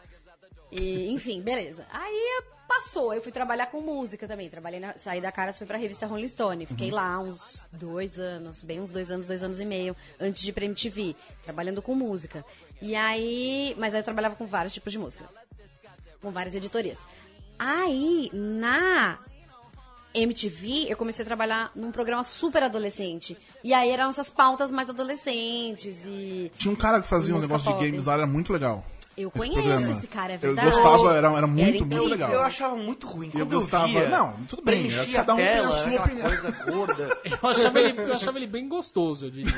Speaker 7: E, enfim, beleza. Aí passou, eu fui trabalhar com música também. Trabalhei na, saí da Caras, fui pra revista Rolling Stone. Fiquei
Speaker 4: Uhum.
Speaker 7: lá uns dois anos, bem uns dois anos, dois anos e meio, antes de ir pra MTV, trabalhando com música. E aí. Mas aí eu trabalhava com vários tipos de música com várias editorias. Aí, na MTV, eu comecei a trabalhar num programa super adolescente. E aí eram essas pautas mais adolescentes e
Speaker 4: Tinha um cara que fazia um
Speaker 7: Música
Speaker 4: negócio de
Speaker 7: pop.
Speaker 4: games lá, era muito legal.
Speaker 7: eu
Speaker 4: Esse
Speaker 7: conheço
Speaker 4: programa.
Speaker 7: esse cara, é
Speaker 4: Eu
Speaker 7: verdade.
Speaker 4: gostava, era, era muito,
Speaker 7: incrível.
Speaker 4: muito legal.
Speaker 8: Eu achava muito ruim. Quando eu
Speaker 4: gostava-
Speaker 8: via,
Speaker 4: não, tudo bem,
Speaker 8: preenchia
Speaker 4: cada um tem a
Speaker 8: tela,
Speaker 4: sua
Speaker 8: aquela
Speaker 4: opinião.
Speaker 8: coisa gorda.
Speaker 5: Eu achava, ele, eu achava ele bem gostoso, eu
Speaker 4: *laughs*
Speaker 5: diria.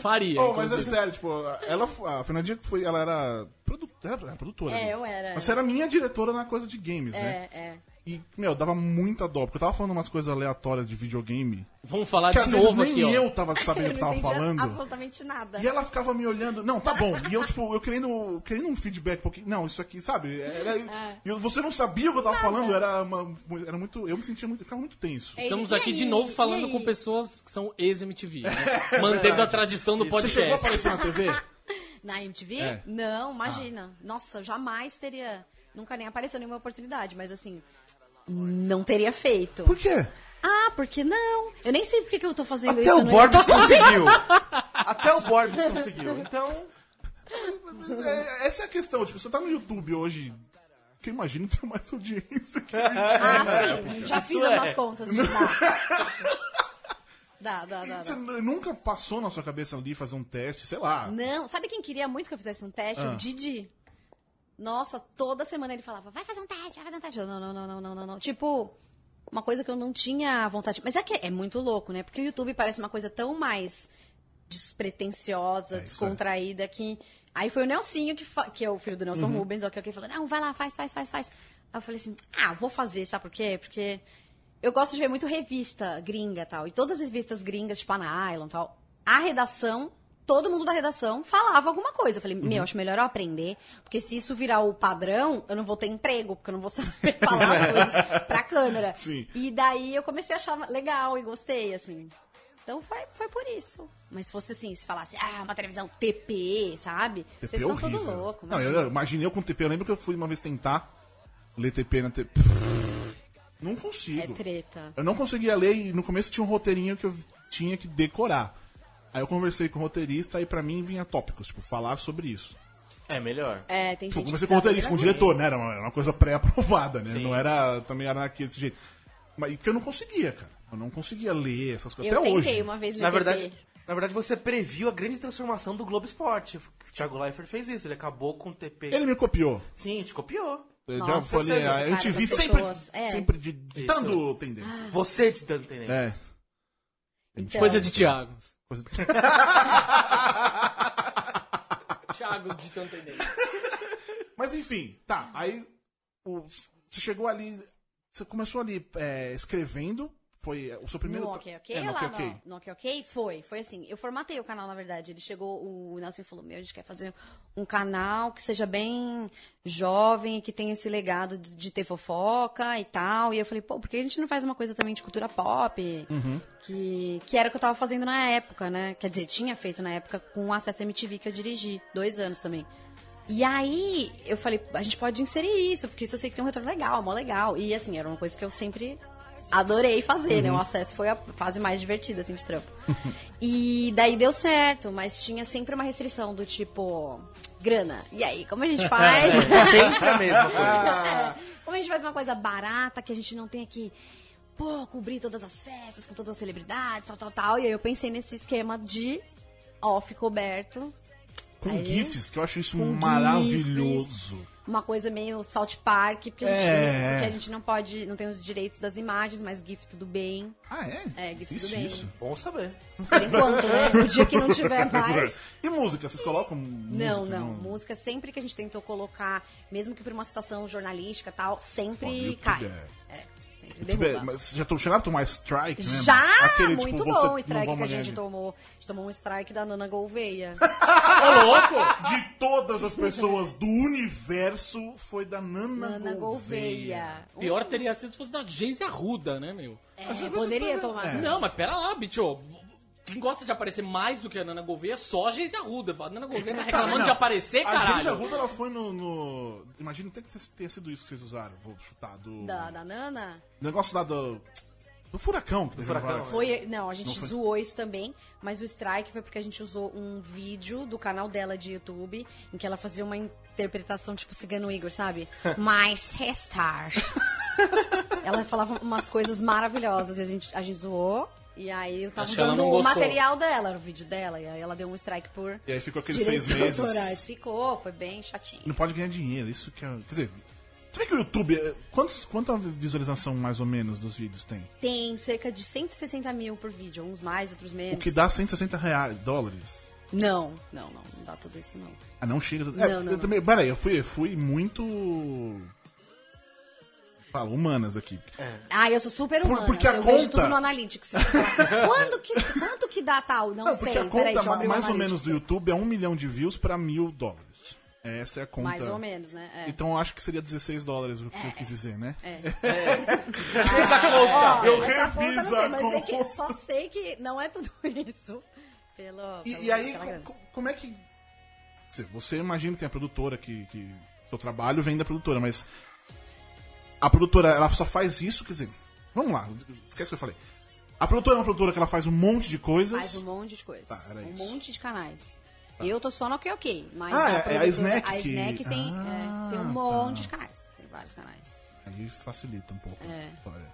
Speaker 5: Faria.
Speaker 4: Pô, mas é
Speaker 5: inclusive.
Speaker 4: sério, tipo, ela, fo- a Fernandinha que foi, ela era, produ- era, era produtora.
Speaker 7: É,
Speaker 4: né?
Speaker 7: eu era,
Speaker 4: Mas
Speaker 7: é.
Speaker 4: você era minha diretora na coisa de games, né?
Speaker 7: É, é.
Speaker 4: E, meu, dava muita dó, porque eu tava falando umas coisas aleatórias de videogame,
Speaker 5: Vamos falar
Speaker 4: que
Speaker 5: Tá de
Speaker 4: às vezes
Speaker 5: novo
Speaker 4: nem
Speaker 5: aqui, ó.
Speaker 4: eu tava sabendo o
Speaker 7: *laughs* Eu
Speaker 4: que
Speaker 7: não
Speaker 4: tava
Speaker 7: entendia
Speaker 4: falando.
Speaker 7: absolutamente nada.
Speaker 4: E ela ficava me olhando, não, tá bom. E eu, tipo, eu querendo, querendo um feedback, porque, não, isso aqui, sabe? É, Era-
Speaker 7: É.
Speaker 4: e você não sabia o que eu tava falando, era, uma, era muito, eu me sentia muito, eu ficava muito tenso.
Speaker 5: Estamos
Speaker 7: E
Speaker 5: aqui de
Speaker 7: aí?
Speaker 5: novo
Speaker 7: E
Speaker 5: falando
Speaker 7: aí?
Speaker 5: com pessoas que são ex-MTV,
Speaker 4: *laughs*
Speaker 5: né? Mantendo a tradição do
Speaker 4: É Você chegou a
Speaker 5: podcast.
Speaker 4: aparecer na
Speaker 7: *laughs*
Speaker 4: TV?
Speaker 7: Na MTV?
Speaker 4: É.
Speaker 7: Não, imagina. Nossa, jamais teria. Nunca nem apareceu nenhuma oportunidade, mas assim, não teria feito.
Speaker 4: Por quê?
Speaker 7: Ah, porque não? Eu nem sei por que que eu tô fazendo
Speaker 8: Até
Speaker 7: isso.
Speaker 8: o
Speaker 7: né? *laughs*
Speaker 8: Borbs conseguiu. Até o
Speaker 4: *laughs*
Speaker 8: Borbs conseguiu. Então,
Speaker 4: Mas é- essa é a questão, tipo, você tá no YouTube hoje, que eu imagino ter mais audiência que
Speaker 7: *laughs*
Speaker 4: a gente.
Speaker 7: Ah, sim. Já
Speaker 8: Isso
Speaker 7: fiz
Speaker 8: é.
Speaker 7: algumas contas de dá. Dá, dá, dá,
Speaker 4: Você
Speaker 7: dá.
Speaker 4: n- nunca passou na sua cabeça ali fazer um teste, sei lá.
Speaker 7: Não, sabe quem queria muito que eu fizesse um teste?
Speaker 4: Ah.
Speaker 7: O Didi. Nossa, toda semana ele falava, vai fazer um teste, vai fazer um teste. Eu, não, não, não, não, não, não, não. Tipo, uma coisa que eu não tinha vontade. Mas é que é muito louco, né? Porque o YouTube parece uma coisa tão mais despretensiosa,
Speaker 4: É, isso é.
Speaker 7: descontraída, que... Aí foi o Nelsinho, que, fa- que é o filho do Nelson
Speaker 4: Uhum.
Speaker 7: Rubens, ó, que alguém falou, não, vai lá, faz, faz, faz, faz. Aí eu falei assim, ah, vou fazer, sabe por quê? Porque eu gosto de ver muito revista gringa e tal. E todas as revistas gringas, tipo a Nylon e tal, a redação, todo mundo da redação falava alguma coisa. Eu falei,
Speaker 4: Uhum.
Speaker 7: meu, acho melhor eu aprender, porque se isso virar o padrão, eu não vou ter emprego, porque eu não vou saber *laughs* falar as
Speaker 4: *laughs*
Speaker 7: coisas pra câmera.
Speaker 4: Sim.
Speaker 7: E daí eu comecei a achar legal e gostei, assim. Então foi, foi por isso. Mas se fosse assim, se falasse, ah, uma televisão TP, sabe?
Speaker 4: TP
Speaker 7: Vocês
Speaker 4: é
Speaker 7: são
Speaker 4: horrível.
Speaker 7: todos loucos.
Speaker 4: Não, eu,
Speaker 7: imagina.
Speaker 4: eu imaginei eu com TP. Eu lembro que eu fui uma vez tentar ler TP na TP. Não
Speaker 7: É
Speaker 4: consigo.
Speaker 7: treta.
Speaker 4: Eu não conseguia ler e no começo tinha um roteirinho que eu tinha que decorar. Aí eu conversei com o roteirista e pra mim vinha tópicos, tipo, falar sobre isso.
Speaker 8: é melhor.
Speaker 7: É, tem
Speaker 4: Tipo,
Speaker 7: gente
Speaker 4: conversei
Speaker 7: que
Speaker 4: com o
Speaker 7: dá
Speaker 4: roteirista, com o
Speaker 7: primeira
Speaker 4: diretor, né? Era uma, era uma coisa pré-aprovada, né?
Speaker 8: Sim.
Speaker 4: Não era também era naquele desse jeito. Mas porque eu não conseguia, cara. Eu não conseguia ler essas coisas.
Speaker 7: Eu
Speaker 4: Até
Speaker 7: tentei
Speaker 4: hoje.
Speaker 7: uma vez ler
Speaker 8: Na
Speaker 7: TP.
Speaker 8: verdade, na verdade, você previu a grande transformação do Globo Esporte. O Thiago Leifert fez isso, ele acabou com o TP.
Speaker 4: Ele me copiou.
Speaker 8: Sim, te copiou.
Speaker 4: Eu já
Speaker 7: Nossa,
Speaker 4: falei,
Speaker 7: essas
Speaker 4: a gente
Speaker 7: caras
Speaker 4: vi
Speaker 7: das
Speaker 4: sempre,
Speaker 7: pessoas, é. Ah.
Speaker 4: sempre de- ditando tendência.
Speaker 8: Você de dando tendência.
Speaker 4: É.
Speaker 7: Então,
Speaker 5: Coisa de Thiago.
Speaker 4: Coisa de- *laughs*
Speaker 5: Thiago de tanta ideia.
Speaker 4: Mas enfim, tá. Aí o- você chegou ali. Você começou ali é, escrevendo. Foi é, o seu primeiro.
Speaker 7: No
Speaker 4: tra-
Speaker 7: Ok Ok,
Speaker 4: É, no
Speaker 7: lá
Speaker 4: ok,
Speaker 7: no-
Speaker 4: ok.
Speaker 7: no Ok Ok, foi. Foi assim, eu formatei o canal, na verdade. Ele chegou, o Nelson falou, meu, a gente quer fazer um canal que seja bem jovem, que tenha esse legado de, de ter fofoca e tal. E eu falei, pô, por que a gente não faz uma coisa também de cultura pop?
Speaker 4: Uhum.
Speaker 7: Que, que era o que eu tava fazendo na época, né? Quer dizer, tinha feito na época com o Acesso MTV que eu dirigi, dois anos também. E aí, eu falei, a gente pode inserir isso, porque isso eu sei que tem um retorno legal, mó legal. E assim, era uma coisa que eu sempre adorei fazer, né? O acesso foi a fase mais divertida, assim, de trampo. *laughs* e daí deu certo, mas tinha sempre uma restrição do tipo, grana. E aí, como a gente faz? *laughs*
Speaker 8: Sempre a mesma coisa.
Speaker 5: Ah.
Speaker 7: É, Como a gente faz uma coisa barata que a gente não tenha que pô, cobrir todas as festas com todas as celebridades, tal, tal, tal. E aí eu pensei nesse esquema de, ó, ficou aberto.
Speaker 4: Com
Speaker 7: Aí,
Speaker 4: GIFs, que eu acho isso
Speaker 7: com
Speaker 4: maravilhoso.
Speaker 7: GIFs, Uma coisa meio South Park, porque a, gente,
Speaker 4: É.
Speaker 7: porque a gente não pode, não tem os direitos das imagens, mas GIF tudo bem.
Speaker 4: Ah, é?
Speaker 7: É, GIF tudo
Speaker 4: Existe
Speaker 7: bem.
Speaker 4: isso?
Speaker 8: Bom saber.
Speaker 7: Por enquanto,
Speaker 4: *laughs*
Speaker 7: né? No dia que não tiver mais.
Speaker 4: E música, vocês colocam música?
Speaker 7: Não, não. Música sempre que a gente tentou colocar, mesmo que por uma citação jornalística e tal,
Speaker 4: Foda,
Speaker 7: sempre
Speaker 4: YouTube
Speaker 7: cai.
Speaker 4: é-
Speaker 7: É, sempre
Speaker 4: Tudo bem,
Speaker 7: derruba.
Speaker 4: Mas já tô, chegaram a tomar strike, né?
Speaker 7: Já!
Speaker 4: Aquele, tipo,
Speaker 7: muito
Speaker 4: você
Speaker 7: bom o
Speaker 4: não
Speaker 7: strike que a
Speaker 4: vamos ganhar
Speaker 7: gente tomou. A gente tomou um strike da Nana Gouveia. Tá
Speaker 4: Ô, louco! De todas as pessoas do universo, foi da Nana,
Speaker 7: Nana Gouveia. Um,
Speaker 5: Pior teria sido se fosse da Geise Arruda, né, meu?
Speaker 7: É, poderia tomar.
Speaker 5: Não, mas pera lá, bicho. Quem gosta de aparecer mais do que a Nana Gouveia é só a Geise Arruda. A Nana Gouveia
Speaker 4: *laughs*
Speaker 5: tá reclamando
Speaker 4: Não,
Speaker 5: de aparecer,
Speaker 4: A Geisa
Speaker 5: caralho.
Speaker 4: Ruda, ela foi no... no... Imagina até que tenha sido isso que vocês usaram. Vou chutar do...
Speaker 7: Da, da Nana?
Speaker 4: Negócio lá do... Do furacão. é. Que do
Speaker 8: furacão,
Speaker 7: Foi, não, a gente
Speaker 4: Não foi.
Speaker 7: zoou isso também, mas o strike foi porque a gente usou um vídeo do canal dela de YouTube, em que ela fazia uma interpretação tipo Cigano
Speaker 4: *laughs*
Speaker 7: Igor, sabe? My sister. ela falava umas coisas maravilhosas, e a gente, a gente zoou, e aí eu tava
Speaker 5: Acho que ela
Speaker 7: usando
Speaker 5: não
Speaker 7: o
Speaker 5: gostou.
Speaker 7: material dela, era o vídeo dela, e aí ela deu um strike por
Speaker 4: E aí ficou aqueles
Speaker 7: direitos
Speaker 4: seis meses.
Speaker 7: autorais. Ficou, foi bem chatinho.
Speaker 4: Não pode ganhar dinheiro, isso que é... Quer dizer... Você vê que o YouTube... é- Quantos, quanta visualização, mais ou menos, dos vídeos tem?
Speaker 7: Tem cerca de 160 mil por vídeo, uns mais, outros menos.
Speaker 4: O que dá 160 reais, dólares.
Speaker 7: Não, não, não, não dá tudo isso não.
Speaker 4: Ah, não chega.
Speaker 7: Não,
Speaker 4: É,
Speaker 7: não,
Speaker 4: eu
Speaker 7: não.
Speaker 4: também. Peraí, eu fui, eu fui muito. Falo, humanas aqui.
Speaker 7: Ah, eu sou super humana.
Speaker 4: Por- porque a
Speaker 7: eu vejo
Speaker 4: conta-
Speaker 7: tudo
Speaker 4: *laughs*
Speaker 7: no Analytics. Eu falo, Quando que, quanto que dá tal? Não,
Speaker 4: Não,
Speaker 7: sei.
Speaker 4: porque a conta
Speaker 7: Peraí, deixa eu
Speaker 4: ma-
Speaker 7: abrir o
Speaker 4: mais ou
Speaker 7: Analytics.
Speaker 4: menos do YouTube é um milhão de views pra mil dólares. Essa é a conta.
Speaker 7: Mais ou menos, né? É.
Speaker 4: Então eu acho que seria 16 dólares o que eu quis dizer, né?
Speaker 7: É.
Speaker 8: Essa conta.
Speaker 7: Ó,
Speaker 4: eu
Speaker 7: essa conta eu não
Speaker 4: refiz
Speaker 7: sei,
Speaker 4: a
Speaker 7: mas é que
Speaker 4: conta.
Speaker 7: só sei que não é tudo *laughs* isso. Pelo,
Speaker 4: E,
Speaker 7: pelo-
Speaker 4: e aí,
Speaker 7: pela
Speaker 4: co-
Speaker 7: grana.
Speaker 4: co- como é que. Quer dizer, Você imagina que tem a produtora que, que. Seu trabalho vem da produtora, mas. A produtora, ela só faz isso, quer dizer. Vamos lá, esquece o que eu falei. A produtora é uma produtora que ela faz um monte de coisas.
Speaker 7: faz um monte de coisa.
Speaker 4: Tá, era
Speaker 7: um
Speaker 4: isso. Tá.
Speaker 7: monte de canais. Eu tô só no ok, ok. Mas
Speaker 4: Ah,
Speaker 7: a,
Speaker 4: é- é a
Speaker 7: produtora-
Speaker 4: Snack
Speaker 7: a
Speaker 4: que-
Speaker 7: Snack tem,
Speaker 4: Ah,
Speaker 7: é, tem um
Speaker 4: tá.
Speaker 7: monte de canais. Tem vários canais.
Speaker 4: Aí facilita um pouco a história.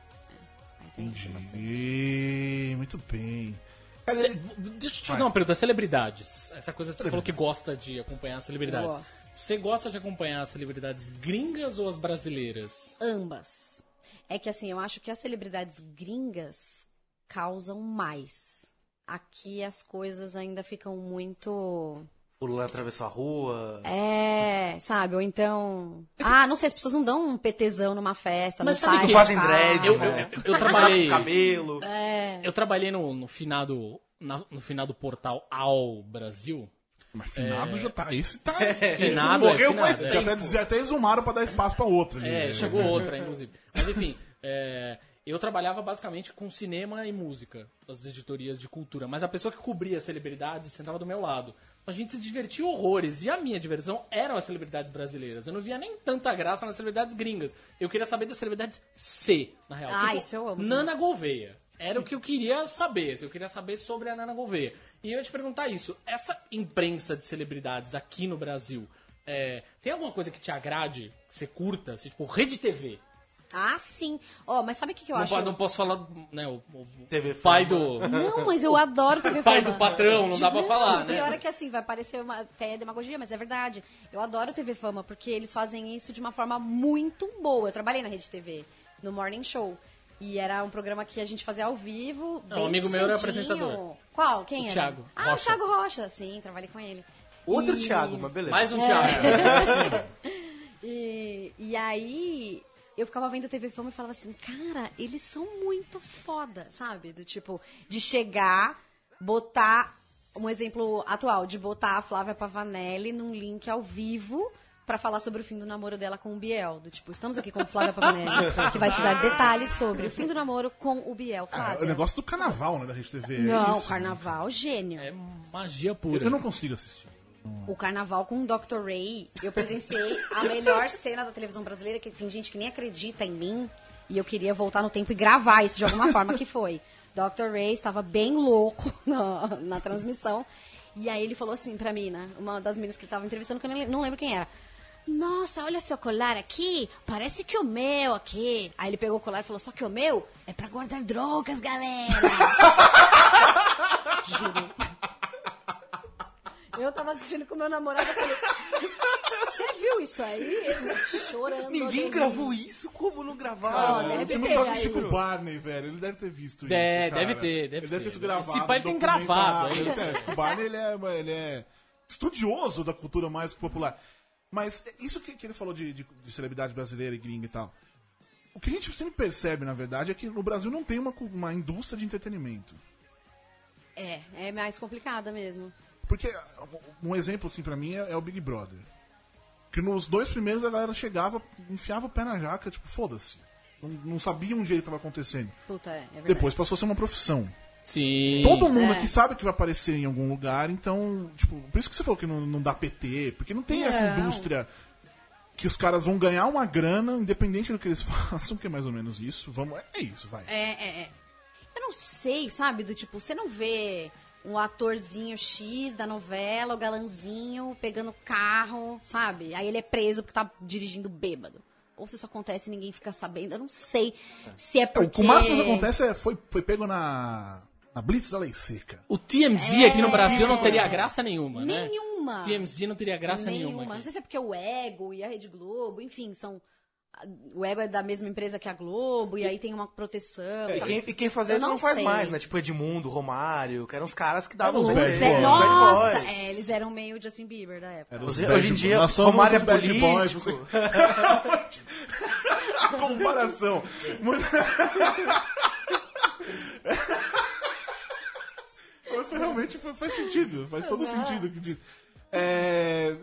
Speaker 7: Aí É, tem bastante.
Speaker 4: Entendi. Muito bem. Cara,
Speaker 5: Cê-
Speaker 4: ele-
Speaker 5: deixa eu te
Speaker 4: é Vai.
Speaker 5: fazer uma pergunta. Celebridades. Essa coisa que você falou que gosta de acompanhar as celebridades.
Speaker 7: Gosto.
Speaker 5: Você gosta de acompanhar as celebridades gringas ou as brasileiras?
Speaker 7: Ambas. É que assim, eu acho que as celebridades gringas causam mais. Aqui as coisas ainda ficam muito.
Speaker 8: Fulano atravessou a rua.
Speaker 7: É, sabe? Ou então. Ah, não sei, as pessoas não dão um PTzão numa festa,
Speaker 5: Mas
Speaker 7: não
Speaker 5: sabe
Speaker 7: saem.
Speaker 5: que-
Speaker 7: não
Speaker 8: Fazem dread,
Speaker 5: Eu,
Speaker 7: falam.
Speaker 8: né?
Speaker 5: eu- eu
Speaker 8: *laughs*
Speaker 5: trabalhei.
Speaker 8: Cabelo.
Speaker 7: É.
Speaker 5: Eu trabalhei no, no finado. na- no finado portal Ao Brasil.
Speaker 4: Mas finado já tá. Esse tá.
Speaker 5: É. Finado,
Speaker 4: Morreu
Speaker 5: é,
Speaker 4: faz
Speaker 5: finado, é.
Speaker 4: tempo. Até, já até exumaram pra dar espaço pra outra. ali,
Speaker 5: É,
Speaker 4: né? *laughs*
Speaker 5: chegou outra, inclusive. Mas enfim, é, eu trabalhava basicamente com cinema e música, as editorias de cultura. Mas a pessoa que cobria as celebridades sentava do meu lado. A gente se divertia horrores. E a minha diversão eram as celebridades brasileiras. Eu não via nem tanta graça nas celebridades gringas. Eu queria saber das celebridades C, na real.
Speaker 7: Ah, isso eu amo
Speaker 5: Tipo, Nana Gouveia. Era o que eu queria saber. Eu queria saber sobre a Nana Gouveia. E eu ia te perguntar isso. Essa imprensa de celebridades aqui no Brasil, é, tem alguma coisa que te agrade, que você curta? Assim, tipo, rede TV.
Speaker 7: Ah, sim. Ó, mas sabe o que, que eu
Speaker 5: Não,
Speaker 7: acho?
Speaker 5: po- não posso falar, né, o, o- o
Speaker 8: TV
Speaker 5: pai do...
Speaker 4: né?
Speaker 8: Fama.
Speaker 7: Não, mas eu
Speaker 5: *laughs*
Speaker 7: adoro TV
Speaker 5: Pai
Speaker 7: Fama.
Speaker 5: do patrão, não dá pra falar,
Speaker 7: o
Speaker 5: né?
Speaker 7: Pior é que assim, vai parecer uma até demagogia, mas é verdade. Eu adoro TV Fama, porque eles fazem isso de uma forma muito boa. Eu trabalhei na Rede TV, no Morning Show. E era um programa que a gente fazia ao vivo.
Speaker 5: Não,
Speaker 7: bem
Speaker 5: um amigo meu era
Speaker 7: cedinho.
Speaker 5: apresentador.
Speaker 7: Qual? Quem
Speaker 5: O
Speaker 7: era?
Speaker 5: Thiago
Speaker 7: Ah,
Speaker 5: Rocha.
Speaker 7: o Thiago Rocha. Sim, trabalhei com ele.
Speaker 8: Outro
Speaker 7: E-
Speaker 8: Thiago, mas beleza.
Speaker 5: *laughs* Mais um
Speaker 7: É.
Speaker 5: Thiago.
Speaker 7: *laughs* e, e aí eu ficava vendo a TV Fama e falava assim, cara, eles são muito foda, sabe? Do tipo, de chegar, botar. Um exemplo atual, de botar a Flávia Pavanelli num link ao vivo pra falar sobre o fim do namoro dela com o Biel. Do tipo, estamos aqui com Flávia Pavanelli, que vai te dar detalhes sobre o fim do namoro com o Biel.
Speaker 4: Ah, o
Speaker 7: Flávia.
Speaker 4: negócio do carnaval, né? Da Rede TV.
Speaker 7: Não,
Speaker 4: isso.
Speaker 7: carnaval, gênio.
Speaker 5: É magia pura.
Speaker 4: Eu não consigo assistir.
Speaker 7: O carnaval com o Dr. Ray, eu presenciei a melhor cena da televisão brasileira, que tem gente que nem acredita em mim, e eu queria voltar no tempo e gravar isso de alguma forma que foi. Dr. Ray estava bem louco *laughs* na, na né, transmissão, e aí ele falou assim pra mina, uma das meninas que ele estava entrevistando, que eu nem le- não lembro quem era.
Speaker 2: Nossa, olha o seu colar aqui, parece que o meu aqui.
Speaker 7: Aí ele pegou o colar e falou, só que o meu é pra guardar drogas, galera. Juro. Eu tava assistindo com meu namorado e falei, você viu isso aí? Ele chorando.
Speaker 8: Ninguém
Speaker 7: adorei.
Speaker 8: gravou isso? Como não gravaram?
Speaker 7: Ah, deve
Speaker 4: Temos
Speaker 7: ter
Speaker 4: que falar do
Speaker 7: aí.
Speaker 4: Chico Barney, velho. Ele deve ter visto
Speaker 5: É,
Speaker 4: isso. cara.
Speaker 5: deve ter, deve
Speaker 4: Ele deve ter isso
Speaker 5: ter.
Speaker 4: gravado.
Speaker 5: Esse pai tem
Speaker 4: documentado.
Speaker 5: gravado, é isso.
Speaker 4: É, Chico Barney, ele é, ele é estudioso da cultura mais popular. Mas isso que, que ele falou de, de- de celebridade brasileira e gringa e tal. O que a gente sempre percebe, na verdade, é que no Brasil não tem uma, cu- uma indústria de entretenimento.
Speaker 7: É, é mais complicada mesmo.
Speaker 4: Porque ah, um exemplo, assim, pra mim é, é o Big Brother. Que nos dois primeiros a galera chegava, enfiava o pé na jaca, tipo, foda-se. Não, não sabia um jeito que tava acontecendo.
Speaker 7: Puta, é, é verdade.
Speaker 4: Depois passou a ser uma profissão.
Speaker 5: Sim.
Speaker 4: Todo mundo
Speaker 7: É.
Speaker 4: aqui sabe que vai aparecer em algum lugar, então, tipo, por isso que você falou que não, não dá PT, porque não tem essa
Speaker 7: Não.
Speaker 4: indústria que os caras vão ganhar uma grana, independente do que eles *laughs* façam, que é mais ou menos isso. Vamos, é isso, vai.
Speaker 7: É, é, é. Eu não sei, sabe? Do tipo, você não vê um atorzinho X da novela, o galanzinho, pegando carro, sabe? Aí ele é preso porque tá dirigindo bêbado. Ou se isso acontece e ninguém fica sabendo. Eu não sei se é
Speaker 4: O-
Speaker 7: porque...
Speaker 4: O máximo que acontece é foi, foi pego na, na Blitz da Lei Seca. *laughs*
Speaker 5: O TMZ aqui no Brasil não teria graça nenhuma, né?
Speaker 7: É. Nenhuma.
Speaker 5: TMZ não teria graça nenhuma.
Speaker 7: Nenhuma.
Speaker 5: aqui.
Speaker 7: Não sei se é porque o Ego e a Rede Globo, enfim, são... O Ego é da mesma empresa que a Globo, e aí tem uma proteção.
Speaker 8: E
Speaker 4: É,
Speaker 7: sabe?
Speaker 8: quem, e quem fazer
Speaker 7: Eu
Speaker 8: isso não,
Speaker 7: não
Speaker 8: faz
Speaker 7: sei.
Speaker 8: mais, né? Tipo Edmundo, Romário, que eram os caras que davam
Speaker 4: Eram os
Speaker 8: rolê,
Speaker 4: bad
Speaker 7: Eles
Speaker 4: boys. É.
Speaker 7: eram-
Speaker 8: os
Speaker 7: Nossa!
Speaker 8: boys.
Speaker 7: É, eles eram meio Justin Bieber da época.
Speaker 4: Era os
Speaker 8: Hoje,
Speaker 4: bad
Speaker 8: hoje em
Speaker 4: boys.
Speaker 8: dia,
Speaker 4: Nós somos
Speaker 8: Romário é
Speaker 4: os bad boys,
Speaker 8: político.
Speaker 4: A comparação. Muito- Mas foi realmente foi- faz sentido, faz todo sentido o que diz. É...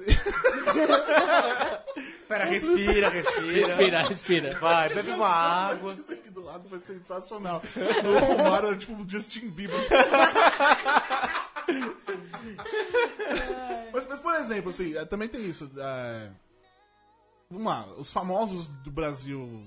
Speaker 8: Pera, respira, respira.
Speaker 5: Respira, respira.
Speaker 8: Vai, bebe uma água.
Speaker 4: Isso aqui do lado foi sensacional. O Romário era tipo um Justin *laughs* Bieber. mas, mas, por exemplo, assim, eh, também tem isso. eh, Vamos lá, os famosos do Brasil.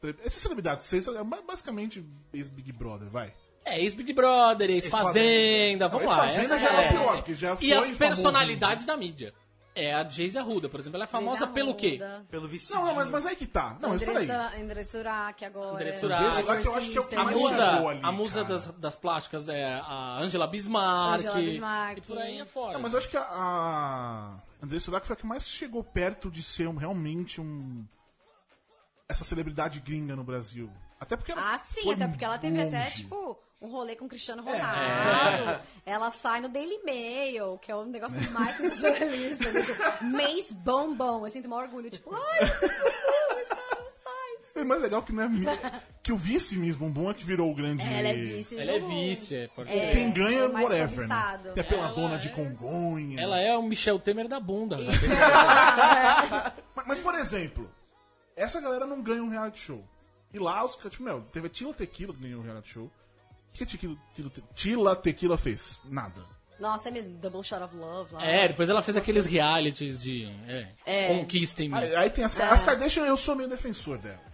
Speaker 4: cele- Essas celebridades, vocês é ba- basicamente ex-Big Brother, vai.
Speaker 5: É, ex-Big Brother, ex-Fazenda, vamos lá.
Speaker 4: Ex-Fazenda
Speaker 5: essa
Speaker 4: já
Speaker 5: é
Speaker 4: era pior,
Speaker 5: essa.
Speaker 4: porque já foi
Speaker 5: E as
Speaker 4: famoso
Speaker 5: personalidades da mídia. É a Jayce Arruda, por exemplo. Ela é famosa
Speaker 7: Luísa
Speaker 5: pelo quê?
Speaker 7: Arruda,
Speaker 8: Pelo vestido.
Speaker 4: Não, não, mas, mas aí que tá. Não, mas peraí.
Speaker 7: Andressa, Andressa Urach agora.
Speaker 5: Andressa Urach. Andressa
Speaker 4: Urach, eu acho que é o que
Speaker 5: A
Speaker 4: Mas
Speaker 5: musa,
Speaker 4: chegou ali,
Speaker 5: a musa
Speaker 4: cara.
Speaker 5: das, das plásticas é a Angela Bismarck.
Speaker 7: Angela Bismarck.
Speaker 5: E por aí é afora.
Speaker 4: Não, É, mas eu acho que a, a Andressa Urach foi a que mais chegou perto de ser um- realmente um. Essa celebridade gringa no Brasil. Até porque ela
Speaker 7: Ah, sim,
Speaker 4: foi
Speaker 7: até porque ela teve até,
Speaker 4: longe. É.
Speaker 7: tipo, um rolê com o Cristiano Ronaldo. Ela sai no Daily Mail, que é o negócio mais *laughs* sensacionalista. Né? Tipo, mês bombom. Eu sinto maior orgulho. Tipo, ai,
Speaker 4: É mais legal que, não é, mi- que o vice Miss Bumbum é que virou o grande.
Speaker 7: ela é vice.
Speaker 5: Ela é
Speaker 7: jogou.
Speaker 5: vice, pode
Speaker 7: É,
Speaker 5: ser.
Speaker 4: Quem ganha,
Speaker 7: é o mais
Speaker 4: whatever. Né?
Speaker 7: cobiçado.
Speaker 4: Até pela dona de Congonhas.
Speaker 5: é. Ela é o Michel Temer da bunda. né?
Speaker 4: Mas, mas, por exemplo, essa galera não ganha um reality show. E lá os caras, tipo, meu, teve a Tila Tequila que ganhou um reality show. O que a Tequila, Tila, Te- Tila Tequila fez? Nada.
Speaker 7: Nossa, é mesmo. Double Shot of Love. Lá.
Speaker 5: É, depois ela fez aqueles realities de é,
Speaker 7: É.
Speaker 5: conquista em mim.
Speaker 4: Aí, aí tem as,
Speaker 7: Tá.
Speaker 4: as Kardashian, eu sou meio defensor dela.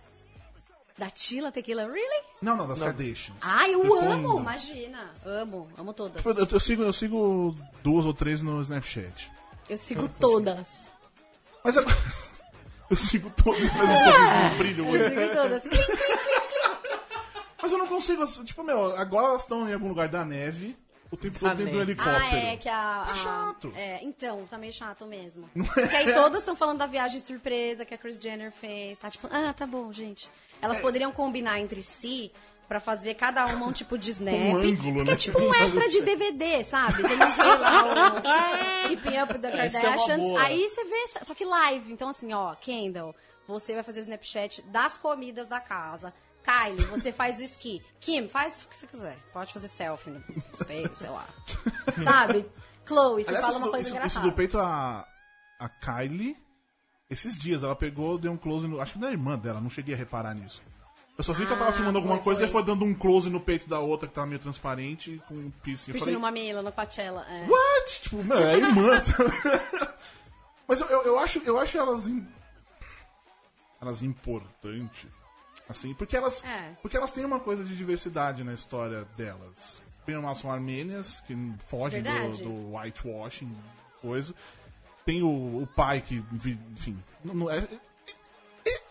Speaker 7: Da Tila Tequila. Really?
Speaker 4: Não, não, das Kardashian.
Speaker 7: Ai, eu
Speaker 4: Eu sou
Speaker 7: amo.
Speaker 4: linda.
Speaker 7: Imagina. Amo. Amo todas.
Speaker 4: Tipo, Eu, eu sigo, eu sigo duas ou três no Snapchat.
Speaker 7: Eu sigo todas.
Speaker 4: Mas agora. *laughs* Eu sigo todos, mas eu
Speaker 7: *laughs*
Speaker 4: só um brilho
Speaker 7: Eu
Speaker 4: hoje. *laughs*
Speaker 7: sigo todas.
Speaker 4: Mas eu não consigo. assim, Tipo, meu, agora elas estão em algum lugar da neve, o tempo todo dentro do
Speaker 8: neve.
Speaker 4: helicóptero.
Speaker 7: Ah, é, que a.
Speaker 4: É
Speaker 7: a-
Speaker 4: chato. é?
Speaker 7: É, então, tá meio chato mesmo. Porque aí todas estão falando da viagem surpresa que a Kris Jenner fez. Tá tipo, ah, tá bom, gente.
Speaker 4: É.
Speaker 7: Elas poderiam combinar entre si pra fazer cada uma um tipo de snap.
Speaker 4: Um ângulo,
Speaker 7: que
Speaker 4: né?
Speaker 7: é tipo um extra de DVD, sabe? Você não vê
Speaker 4: *laughs*
Speaker 7: lá o Keeping Up da
Speaker 5: Essa é uma
Speaker 7: Kardashians.
Speaker 5: boa.
Speaker 7: aí você vê, só que live. Então, assim, ó, Kendall, você vai fazer o Snapchat das comidas da casa. Kylie, você faz o esqui. Kim, faz o que você quiser. Pode fazer selfie no espelho,
Speaker 4: *laughs*
Speaker 7: sei lá. Sabe? Chloe, você
Speaker 4: Aliás,
Speaker 7: fala
Speaker 4: isso,
Speaker 7: uma
Speaker 4: do- isso,
Speaker 7: coisa
Speaker 4: isso
Speaker 7: engraçada.
Speaker 4: do peito, a, a Kylie, esses dias, ela pegou, deu um close no. Acho que na irmã dela, não cheguei a reparar nisso. Eu só vi que ela tava
Speaker 7: Ah,
Speaker 4: filmando alguma
Speaker 7: foi,
Speaker 4: coisa e foi
Speaker 7: foi.
Speaker 4: dando um close no peito da outra que tava meio transparente com um piercing. Eu falei,
Speaker 7: Priscila Mamila, no Coachella. É.
Speaker 4: What? Tipo, meu, é irmã. sabe? Mas eu, eu, eu acho, eu acho elas. im- Elas importantes. Assim, porque elas.
Speaker 7: É.
Speaker 4: Porque elas têm uma coisa de diversidade na história delas. Primeiro elas são armênias, que fogem do,
Speaker 7: Verdade.
Speaker 4: do whitewashing, coisa. Tem o, o pai que. vi- Enfim. Não, não é, é, é-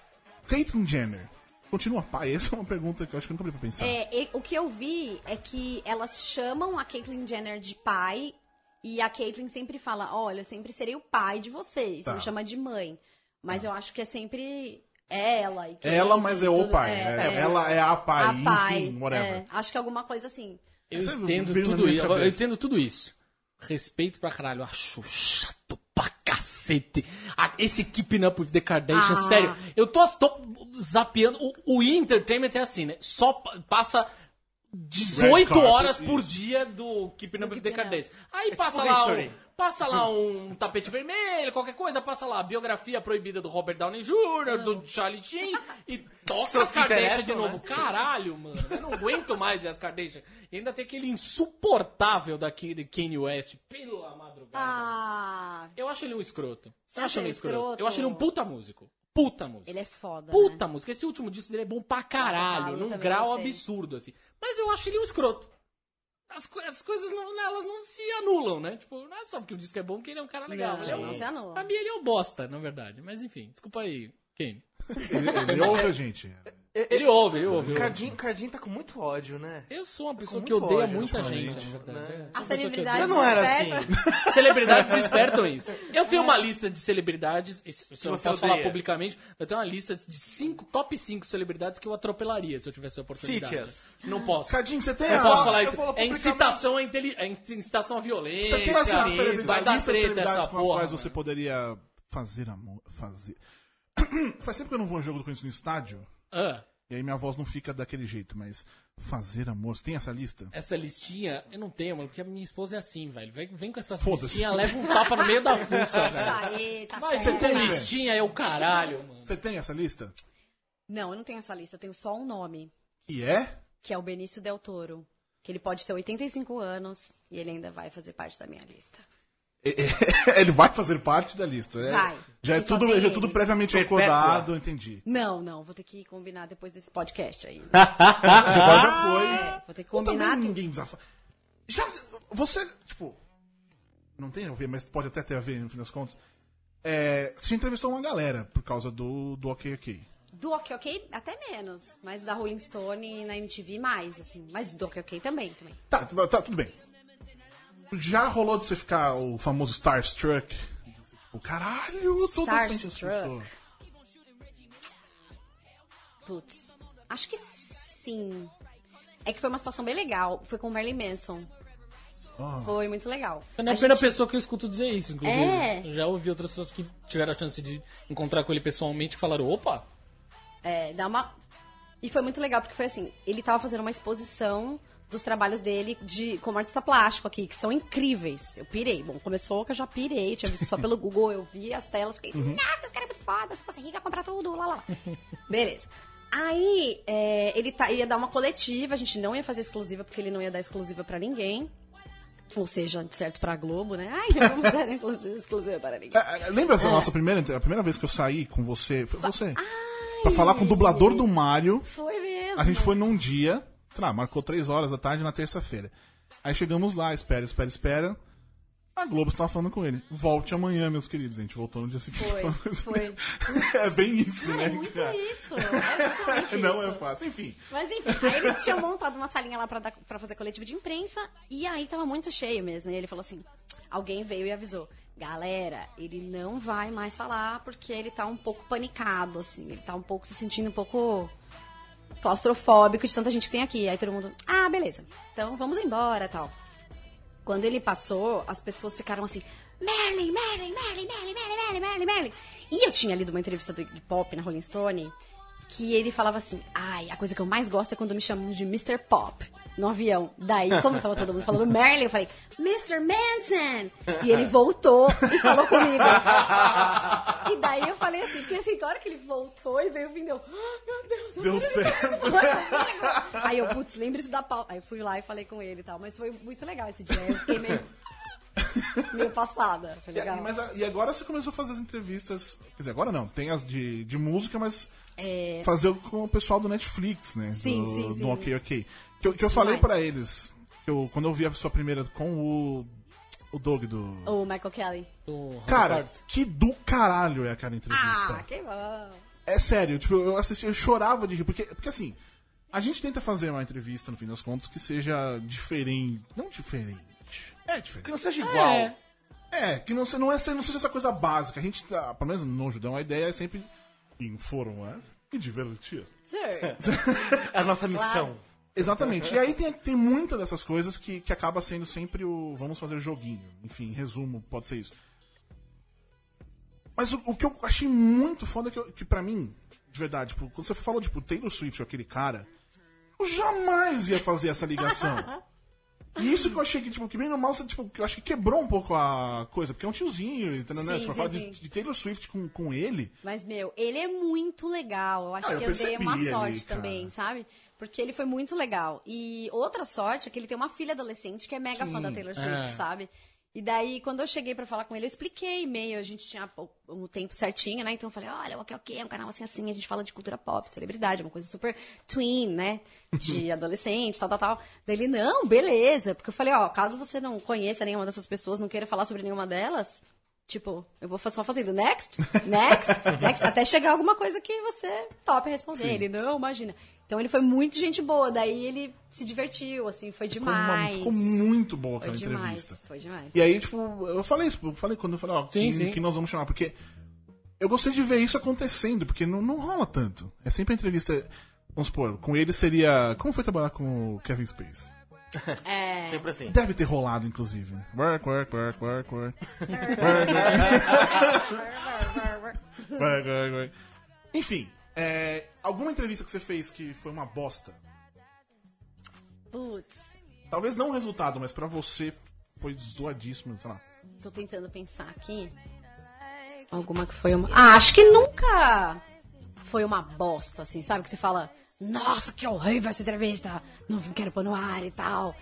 Speaker 4: Caitlyn Jenner. Continua pai? Essa é uma pergunta que eu acho que eu nunca parei pra pensar.
Speaker 7: É, e- o que eu vi é que elas chamam a Caitlyn Jenner de pai e a Caitlyn sempre fala: Olha, eu sempre serei o pai de vocês.
Speaker 4: Tá.
Speaker 7: Me chama de mãe. Mas eu acho que é sempre ela. E que-
Speaker 4: Ela, mas é o
Speaker 7: tudo-
Speaker 4: pai. É, ela é a pai,
Speaker 7: a pai,
Speaker 4: enfim, whatever.
Speaker 7: é. acho que alguma coisa assim.
Speaker 5: Eu
Speaker 4: Sabe,
Speaker 5: entendo
Speaker 4: veio na
Speaker 5: tudo
Speaker 4: minha
Speaker 5: isso.
Speaker 4: cabeça.
Speaker 5: Eu entendo tudo isso. Respeito pra caralho. Acho chato pra cacete. Ah, Esse Keeping Up with the Kardashians,
Speaker 7: Ah.
Speaker 5: sério. Eu tô, tô zapeando. O, o E! Entertainment é assim, né? Só pa- passa 18
Speaker 4: Red carpet,
Speaker 5: horas por
Speaker 4: isso. É
Speaker 5: dia do Keeping Up with the
Speaker 7: Keeping Up.
Speaker 5: Kardashians. Aí
Speaker 8: tipo
Speaker 5: passa
Speaker 8: Gay
Speaker 5: lá um,
Speaker 8: Story.
Speaker 5: passa lá um tapete vermelho, qualquer coisa, passa lá a biografia proibida do Robert Downey
Speaker 7: Ah.
Speaker 5: Jr., do Charlie Sheen
Speaker 4: *laughs*
Speaker 5: e toca
Speaker 8: São os
Speaker 5: as
Speaker 8: que
Speaker 5: Kardashians de
Speaker 8: interessam,
Speaker 5: novo.
Speaker 8: né?
Speaker 5: Caralho, mano. Eu não aguento mais ver as Kardashian. E ainda tem aquele insuportável daquele Kanye West. Pela madrugada.
Speaker 7: Ah,
Speaker 5: Eu acho ele um escroto. Eu
Speaker 7: Você
Speaker 5: acho
Speaker 7: acha
Speaker 5: ele um
Speaker 7: ele
Speaker 5: escroto.
Speaker 7: escroto?
Speaker 5: Eu acho ele um puta músico. Puta músico.
Speaker 7: ele é foda.
Speaker 5: Puta
Speaker 7: né?
Speaker 5: música. Esse último disco dele é bom pra
Speaker 7: Ah,
Speaker 5: caralho.
Speaker 7: eu
Speaker 5: Num
Speaker 7: também
Speaker 5: grau
Speaker 7: gostei.
Speaker 5: absurdo, assim. Mas eu acho ele um escroto. As, co- as coisas não, elas não se anulam, né? Tipo, não é só porque o disco é bom que ele é um cara legal.
Speaker 7: Não,
Speaker 5: Ele é um-
Speaker 7: não se anula.
Speaker 5: Pra mim ele é um bosta, na verdade. Mas enfim, desculpa aí. Quem?
Speaker 4: Ele, ele
Speaker 5: é.
Speaker 4: ouve a gente.
Speaker 5: Ele ouve, ele ouve.
Speaker 8: O
Speaker 5: ele ouve.
Speaker 8: Cardinho, Cardinho tá com muito ódio, né?
Speaker 5: Eu sou
Speaker 4: É
Speaker 5: uma pessoa
Speaker 8: Com
Speaker 5: que
Speaker 8: muito
Speaker 5: odeia
Speaker 8: ódio,
Speaker 5: muita
Speaker 8: ultimamente,
Speaker 5: gente, na verdade. É.
Speaker 8: né?
Speaker 5: Sou
Speaker 7: A
Speaker 5: uma pessoa que odeia-
Speaker 7: celebridade
Speaker 8: Você não era
Speaker 7: desperta-
Speaker 5: *laughs*
Speaker 8: assim.
Speaker 5: Celebridades despertam isso. Eu tenho uma lista de celebridades, isso eu não
Speaker 8: você
Speaker 5: posso falar
Speaker 8: odeia.
Speaker 5: publicamente, eu tenho uma lista de cinco, top 5 celebridades que eu atropelaria se eu tivesse a oportunidade.
Speaker 8: Cite-as.
Speaker 5: Não posso.
Speaker 4: Cadinho, você tem
Speaker 5: Eu
Speaker 4: a-
Speaker 5: posso falar
Speaker 8: eu
Speaker 5: isso.
Speaker 8: falo
Speaker 5: É
Speaker 8: publicamente.
Speaker 5: incitação à, inteli... é incitação à violência.
Speaker 4: Você tem essa
Speaker 5: vai
Speaker 4: celebridade,
Speaker 5: dar
Speaker 4: lista de
Speaker 5: treta
Speaker 4: celebridades
Speaker 5: essa
Speaker 4: com as
Speaker 5: porra.
Speaker 4: quais você poderia fazer amor. Fazer. *clears throat* Faz tempo que eu não vou a um jogo do Corinthians no estádio.
Speaker 5: Ah,
Speaker 4: E aí minha voz não fica daquele jeito, mas fazer amor. Você tem essa lista?
Speaker 5: essa listinha eu não tenho, mano, porque a minha esposa é assim, velho. Vem, vem com essa
Speaker 4: Foda-se.
Speaker 5: listinha, leva um tapa no meio da fuça, velho.
Speaker 7: Isso aí, tá
Speaker 5: Mas
Speaker 7: certo.
Speaker 5: com
Speaker 4: tem, né? velho?
Speaker 5: listinha é o caralho, mano.
Speaker 4: Você tem essa lista?
Speaker 7: Não, eu não tenho essa lista, eu tenho só um nome,
Speaker 4: E é? *laughs*
Speaker 7: que é o Benício Del Toro. Que ele pode ter 85 anos e ele ainda vai fazer parte da minha lista.
Speaker 4: Ele vai fazer parte da lista. É,
Speaker 7: Vai.
Speaker 4: Já é
Speaker 7: Porque só
Speaker 4: tudo,
Speaker 7: tem
Speaker 4: já é tudo
Speaker 7: ele.
Speaker 4: previamente
Speaker 8: Perpétua.
Speaker 4: acordado, entendi.
Speaker 7: Não, não, vou ter que combinar depois desse podcast aí.
Speaker 5: Ah!
Speaker 4: Agora Ah, já foi.
Speaker 7: É, vou ter que
Speaker 4: Ou
Speaker 7: combinar.
Speaker 4: também
Speaker 7: tudo.
Speaker 4: ninguém precisa fa- Já, você, tipo, não tem a ver, mas pode até ter a ver, no fim das contas. É, você entrevistou uma galera por causa do, do OK OK.
Speaker 7: Do Ok Ok até menos, mas da Rolling Stone e na MTV mais, assim. Mas do Ok Ok também, também.
Speaker 4: Tá, tu- tá, tudo bem. Já rolou de você ficar o famoso Starstruck? O caralho, eu tô na frente das
Speaker 7: Starstruck.
Speaker 4: pessoas.
Speaker 7: Putz, acho que sim. É que foi uma situação bem legal, foi com o Marilyn Manson.
Speaker 4: Ah.
Speaker 7: Foi muito legal.
Speaker 5: Não é a
Speaker 7: A
Speaker 5: primeira
Speaker 7: gente-
Speaker 5: pessoa que eu escuto dizer isso, inclusive.
Speaker 7: É.
Speaker 5: Eu Já ouvi outras pessoas que tiveram a chance de encontrar com ele pessoalmente e falaram, opa,
Speaker 7: É, dá uma. E foi muito legal, porque foi assim, ele tava fazendo uma exposição dos trabalhos dele de como artista plástico aqui, que são incríveis. Eu pirei. Bom, começou que eu já pirei, eu tinha visto só pelo Google, eu vi as telas, fiquei,
Speaker 4: Uhum.
Speaker 7: nossa, esse cara é muito foda, se fosse rica, ia comprar tudo, lá, *laughs* lá, lá. Beleza. Aí, é, ele tá- ia dar uma coletiva, a gente não ia fazer exclusiva, porque ele não ia dar exclusiva pra ninguém. Ou seja, de certo pra Globo, né? Ai, não vamos dar *laughs* exclusiva, exclusiva para ninguém.
Speaker 4: É, é, Lembra essa nossa primeira, inter- a primeira vez que eu saí com você? Foi você. Pra falar com o dublador do Mario.
Speaker 7: Foi mesmo.
Speaker 4: A gente foi num dia, sei lá, marcou três horas da tarde na terça-feira. Aí chegamos lá, espera, espera, espera. A Globo estava falando com ele. Volte amanhã, meus queridos. A gente voltou no dia seguinte. falando com esse-
Speaker 7: Foi, foi.
Speaker 4: *laughs* é bem isso,
Speaker 7: Cara,
Speaker 4: né?
Speaker 7: é muito
Speaker 4: cara?
Speaker 7: isso.
Speaker 4: *laughs*
Speaker 7: É exatamente
Speaker 4: Não
Speaker 7: isso.
Speaker 4: é fácil. Enfim.
Speaker 7: Mas enfim, aí ele tinha montado uma salinha lá pra, dar- pra fazer coletiva de imprensa e aí tava muito cheio mesmo. E ele falou assim: alguém veio e avisou. Galera, ele não vai mais falar porque ele tá um pouco panicado, assim. Ele tá um pouco se sentindo um pouco claustrofóbico de tanta gente que tem aqui. Aí todo mundo, ah, beleza. Então vamos embora tal. Quando ele passou, as pessoas ficaram assim: Merlin, Merlin, Merlin, Merlin, Merlin, Merlin, Merlin, Merlin. E eu tinha lido uma entrevista do Iggy Pop na Rolling Stone que ele falava assim: Ai, a coisa que eu mais gosto é quando me chamam de Mr. Pop no avião. Daí, como tava todo mundo falando Merlin, eu falei: Mr. Manson! E ele voltou e falou comigo. e daí eu falei assim: porque assim, na hora que ele voltou e veio vindo, eu, "Ah, meu Deus, eu
Speaker 4: Deu
Speaker 7: falei,
Speaker 4: certo.
Speaker 7: *laughs* Aí eu, putz, lembra isso da pau. Aí eu fui lá e falei com ele e tal. Mas foi muito legal esse dia. Eu
Speaker 4: *laughs*
Speaker 7: fiquei meio. meio passada. Foi
Speaker 4: E,
Speaker 7: legal.
Speaker 4: mas a- e agora você começou a fazer as entrevistas. Quer dizer, agora não, tem as de, de música, mas. Fazer com o pessoal do Netflix, né?
Speaker 7: É. Sim,
Speaker 4: do,
Speaker 7: sim, sim.
Speaker 4: Do Ok, ok. Que eu, que eu falei
Speaker 7: Demais.
Speaker 4: pra eles, que eu, quando eu vi a sua primeira com o. O Doug do.
Speaker 7: O Michael Kelly.
Speaker 5: Do
Speaker 4: Cara,
Speaker 5: Howard.
Speaker 4: que do caralho é aquela entrevista.
Speaker 7: Ah, que bom.
Speaker 4: É sério, tipo, eu assisti, eu chorava de rir, porque, porque assim, a gente tenta fazer uma entrevista, no fim das contas, que seja diferente. Não diferente. É
Speaker 8: Que
Speaker 4: diferente.
Speaker 8: *laughs* não seja igual.
Speaker 5: É.
Speaker 4: É, que não, se- não, é, não seja essa coisa básica. A gente, tá- pelo menos no Judão, a ideia é sempre informar e divertir.
Speaker 7: Sir.
Speaker 8: É a nossa missão.
Speaker 4: Exatamente. E aí tem, tem muita dessas coisas que, que acaba sendo sempre o vamos fazer joguinho. Enfim, em resumo, pode ser isso. Mas o, o que eu achei muito foda é que, eu- que pra mim, de verdade, tipo, quando você falou, tipo, Taylor Swift, aquele cara, eu jamais ia fazer essa ligação.
Speaker 7: *laughs*
Speaker 4: E isso que eu achei que, tipo, que bem normal, você, tipo, que eu acho que quebrou um pouco a coisa, porque é um tiozinho, entendeu? né?
Speaker 7: Sim,
Speaker 4: Tipo,
Speaker 7: sim,
Speaker 4: falar
Speaker 7: sim.
Speaker 4: de, de Taylor Swift com, com ele.
Speaker 7: Mas, meu, ele é muito legal. Eu acho
Speaker 4: Ah, eu
Speaker 7: que eu, dei
Speaker 4: percebi
Speaker 7: uma
Speaker 4: ali,
Speaker 7: sorte
Speaker 4: cara.
Speaker 7: também, sabe? Porque ele foi muito legal. E outra sorte é que ele tem uma filha adolescente que é mega fã da Taylor Swift,
Speaker 5: é.
Speaker 7: sabe? E daí, quando eu cheguei pra falar com ele, eu expliquei meio, a gente tinha pou- um tempo certinho, né? Então eu falei, olha, o que é o que? É um canal assim, assim, a gente fala de cultura pop, celebridade, uma coisa super tween, né?
Speaker 4: *laughs*
Speaker 7: De adolescente, tal, tal, tal. Daí ele, não, beleza. Porque eu falei, ó, caso você não conheça nenhuma dessas pessoas, não queira falar sobre nenhuma delas, Tipo, eu vou fa- só fazendo next,
Speaker 4: *laughs*
Speaker 7: next, next, até chegar alguma coisa que você top responder. Ele, não, imagina. Então ele foi muito gente boa, daí ele se divertiu, assim, foi
Speaker 4: Ficou, uma-
Speaker 7: demais.
Speaker 4: ficou muito boa
Speaker 7: foi
Speaker 4: aquela
Speaker 7: demais,
Speaker 4: entrevista.
Speaker 7: foi demais.
Speaker 4: E aí, tipo, eu falei isso, eu falei quando eu falei, ó,
Speaker 5: Sim,
Speaker 4: quem,
Speaker 5: sim.
Speaker 4: quem nós vamos chamar, porque eu gostei de ver isso acontecendo, porque não, não rola tanto. É sempre a entrevista, vamos supor, com ele seria, como foi trabalhar com o Kevin Space?
Speaker 7: É,
Speaker 8: Sempre assim.
Speaker 4: Deve ter rolado, inclusive. né? Work, work, work, work, work. work, work, work. Enfim, é, alguma entrevista que você fez que foi uma bosta?
Speaker 7: putz,
Speaker 4: Talvez não o resultado, mas pra você foi zoadíssimo, sei lá.
Speaker 7: tô tentando pensar aqui. Alguma que foi uma. Ah, acho que nunca foi uma bosta, assim, sabe? Que você fala, nossa, que horrível essa entrevista, não quero pôr no ar e tal.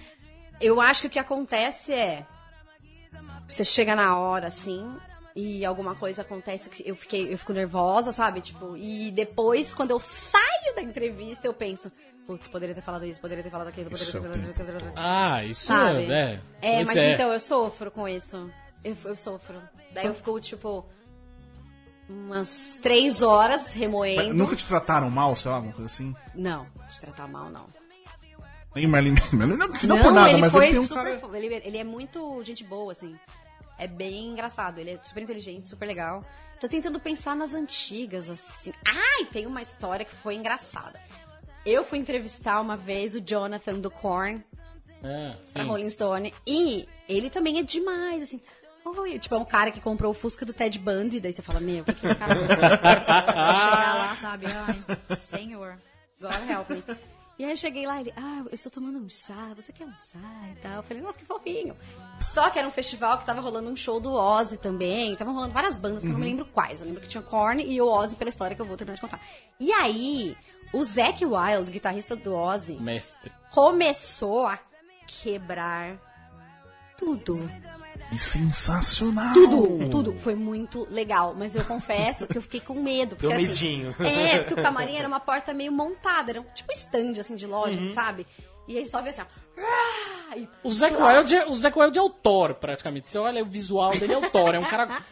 Speaker 7: Eu acho que o que acontece é. Você chega na hora, assim, e alguma coisa acontece que eu, fiquei, eu fico nervosa, sabe? Tipo, e depois, quando eu saio da entrevista, eu penso, putz, poderia ter falado isso, poderia ter falado aquilo, poderia
Speaker 4: Isso é
Speaker 7: ter
Speaker 4: o
Speaker 7: falado aquilo.
Speaker 5: Ah, isso
Speaker 7: Sabe?
Speaker 5: é.
Speaker 7: É,
Speaker 5: Isso
Speaker 7: mas
Speaker 5: é.
Speaker 7: então eu sofro com isso. Eu, eu sofro. Daí eu fico, tipo, umas três horas remoendo.
Speaker 4: Nunca te trataram mal, sei lá, alguma coisa assim?
Speaker 7: Não, te tratar mal, não.
Speaker 4: Nem Merlin *laughs* Merlin não, que não, por nada,
Speaker 7: ele
Speaker 4: mas
Speaker 7: foi
Speaker 4: ele tem um
Speaker 7: super.
Speaker 4: cara...
Speaker 7: fo- Ele, ele é muito gente boa, assim. É bem engraçado. Ele é super inteligente, super legal. Tô tentando pensar nas antigas, assim. Ai, tem uma história que foi engraçada. Eu fui entrevistar uma vez o Jonathan do Korn.
Speaker 5: É,
Speaker 7: pra
Speaker 5: sim.
Speaker 7: Rolling Stone. E ele também é demais, assim. Oi, tipo, é um cara que comprou o Fusca do Ted Bundy, daí você fala, meu, o que, que esse cara vai chegar lá, sabe? Ai, senhor, God help me. E aí eu cheguei lá, ele, ah, eu estou tomando um chá, você quer um chá e tal? Eu falei, nossa, que fofinho. Só que era um festival que tava rolando um show do Ozzy também, tava rolando várias bandas que eu não me lembro quais. Eu lembro que tinha Korn e o Ozzy pela história que eu vou terminar de contar. E aí, o Zac Wild, guitarrista do Ozzy,
Speaker 5: Mestre.
Speaker 7: começou a quebrar tudo.
Speaker 4: E sensacional!
Speaker 8: Hum.
Speaker 7: Tudo, tudo. Foi muito legal. Mas eu confesso que eu fiquei com medo. Porque,
Speaker 8: Deu um
Speaker 7: assim,
Speaker 8: medinho.
Speaker 7: é, porque o camarim era uma porta meio montada. Era um, tipo stand, assim, de loja,
Speaker 8: Uhum.
Speaker 7: sabe? E aí só vê assim, ó. "Ah!" E
Speaker 5: O Zac Wild é, o Zac Wild é o Thor, praticamente. Você olha o visual dele, é o Thor. É um *laughs* cara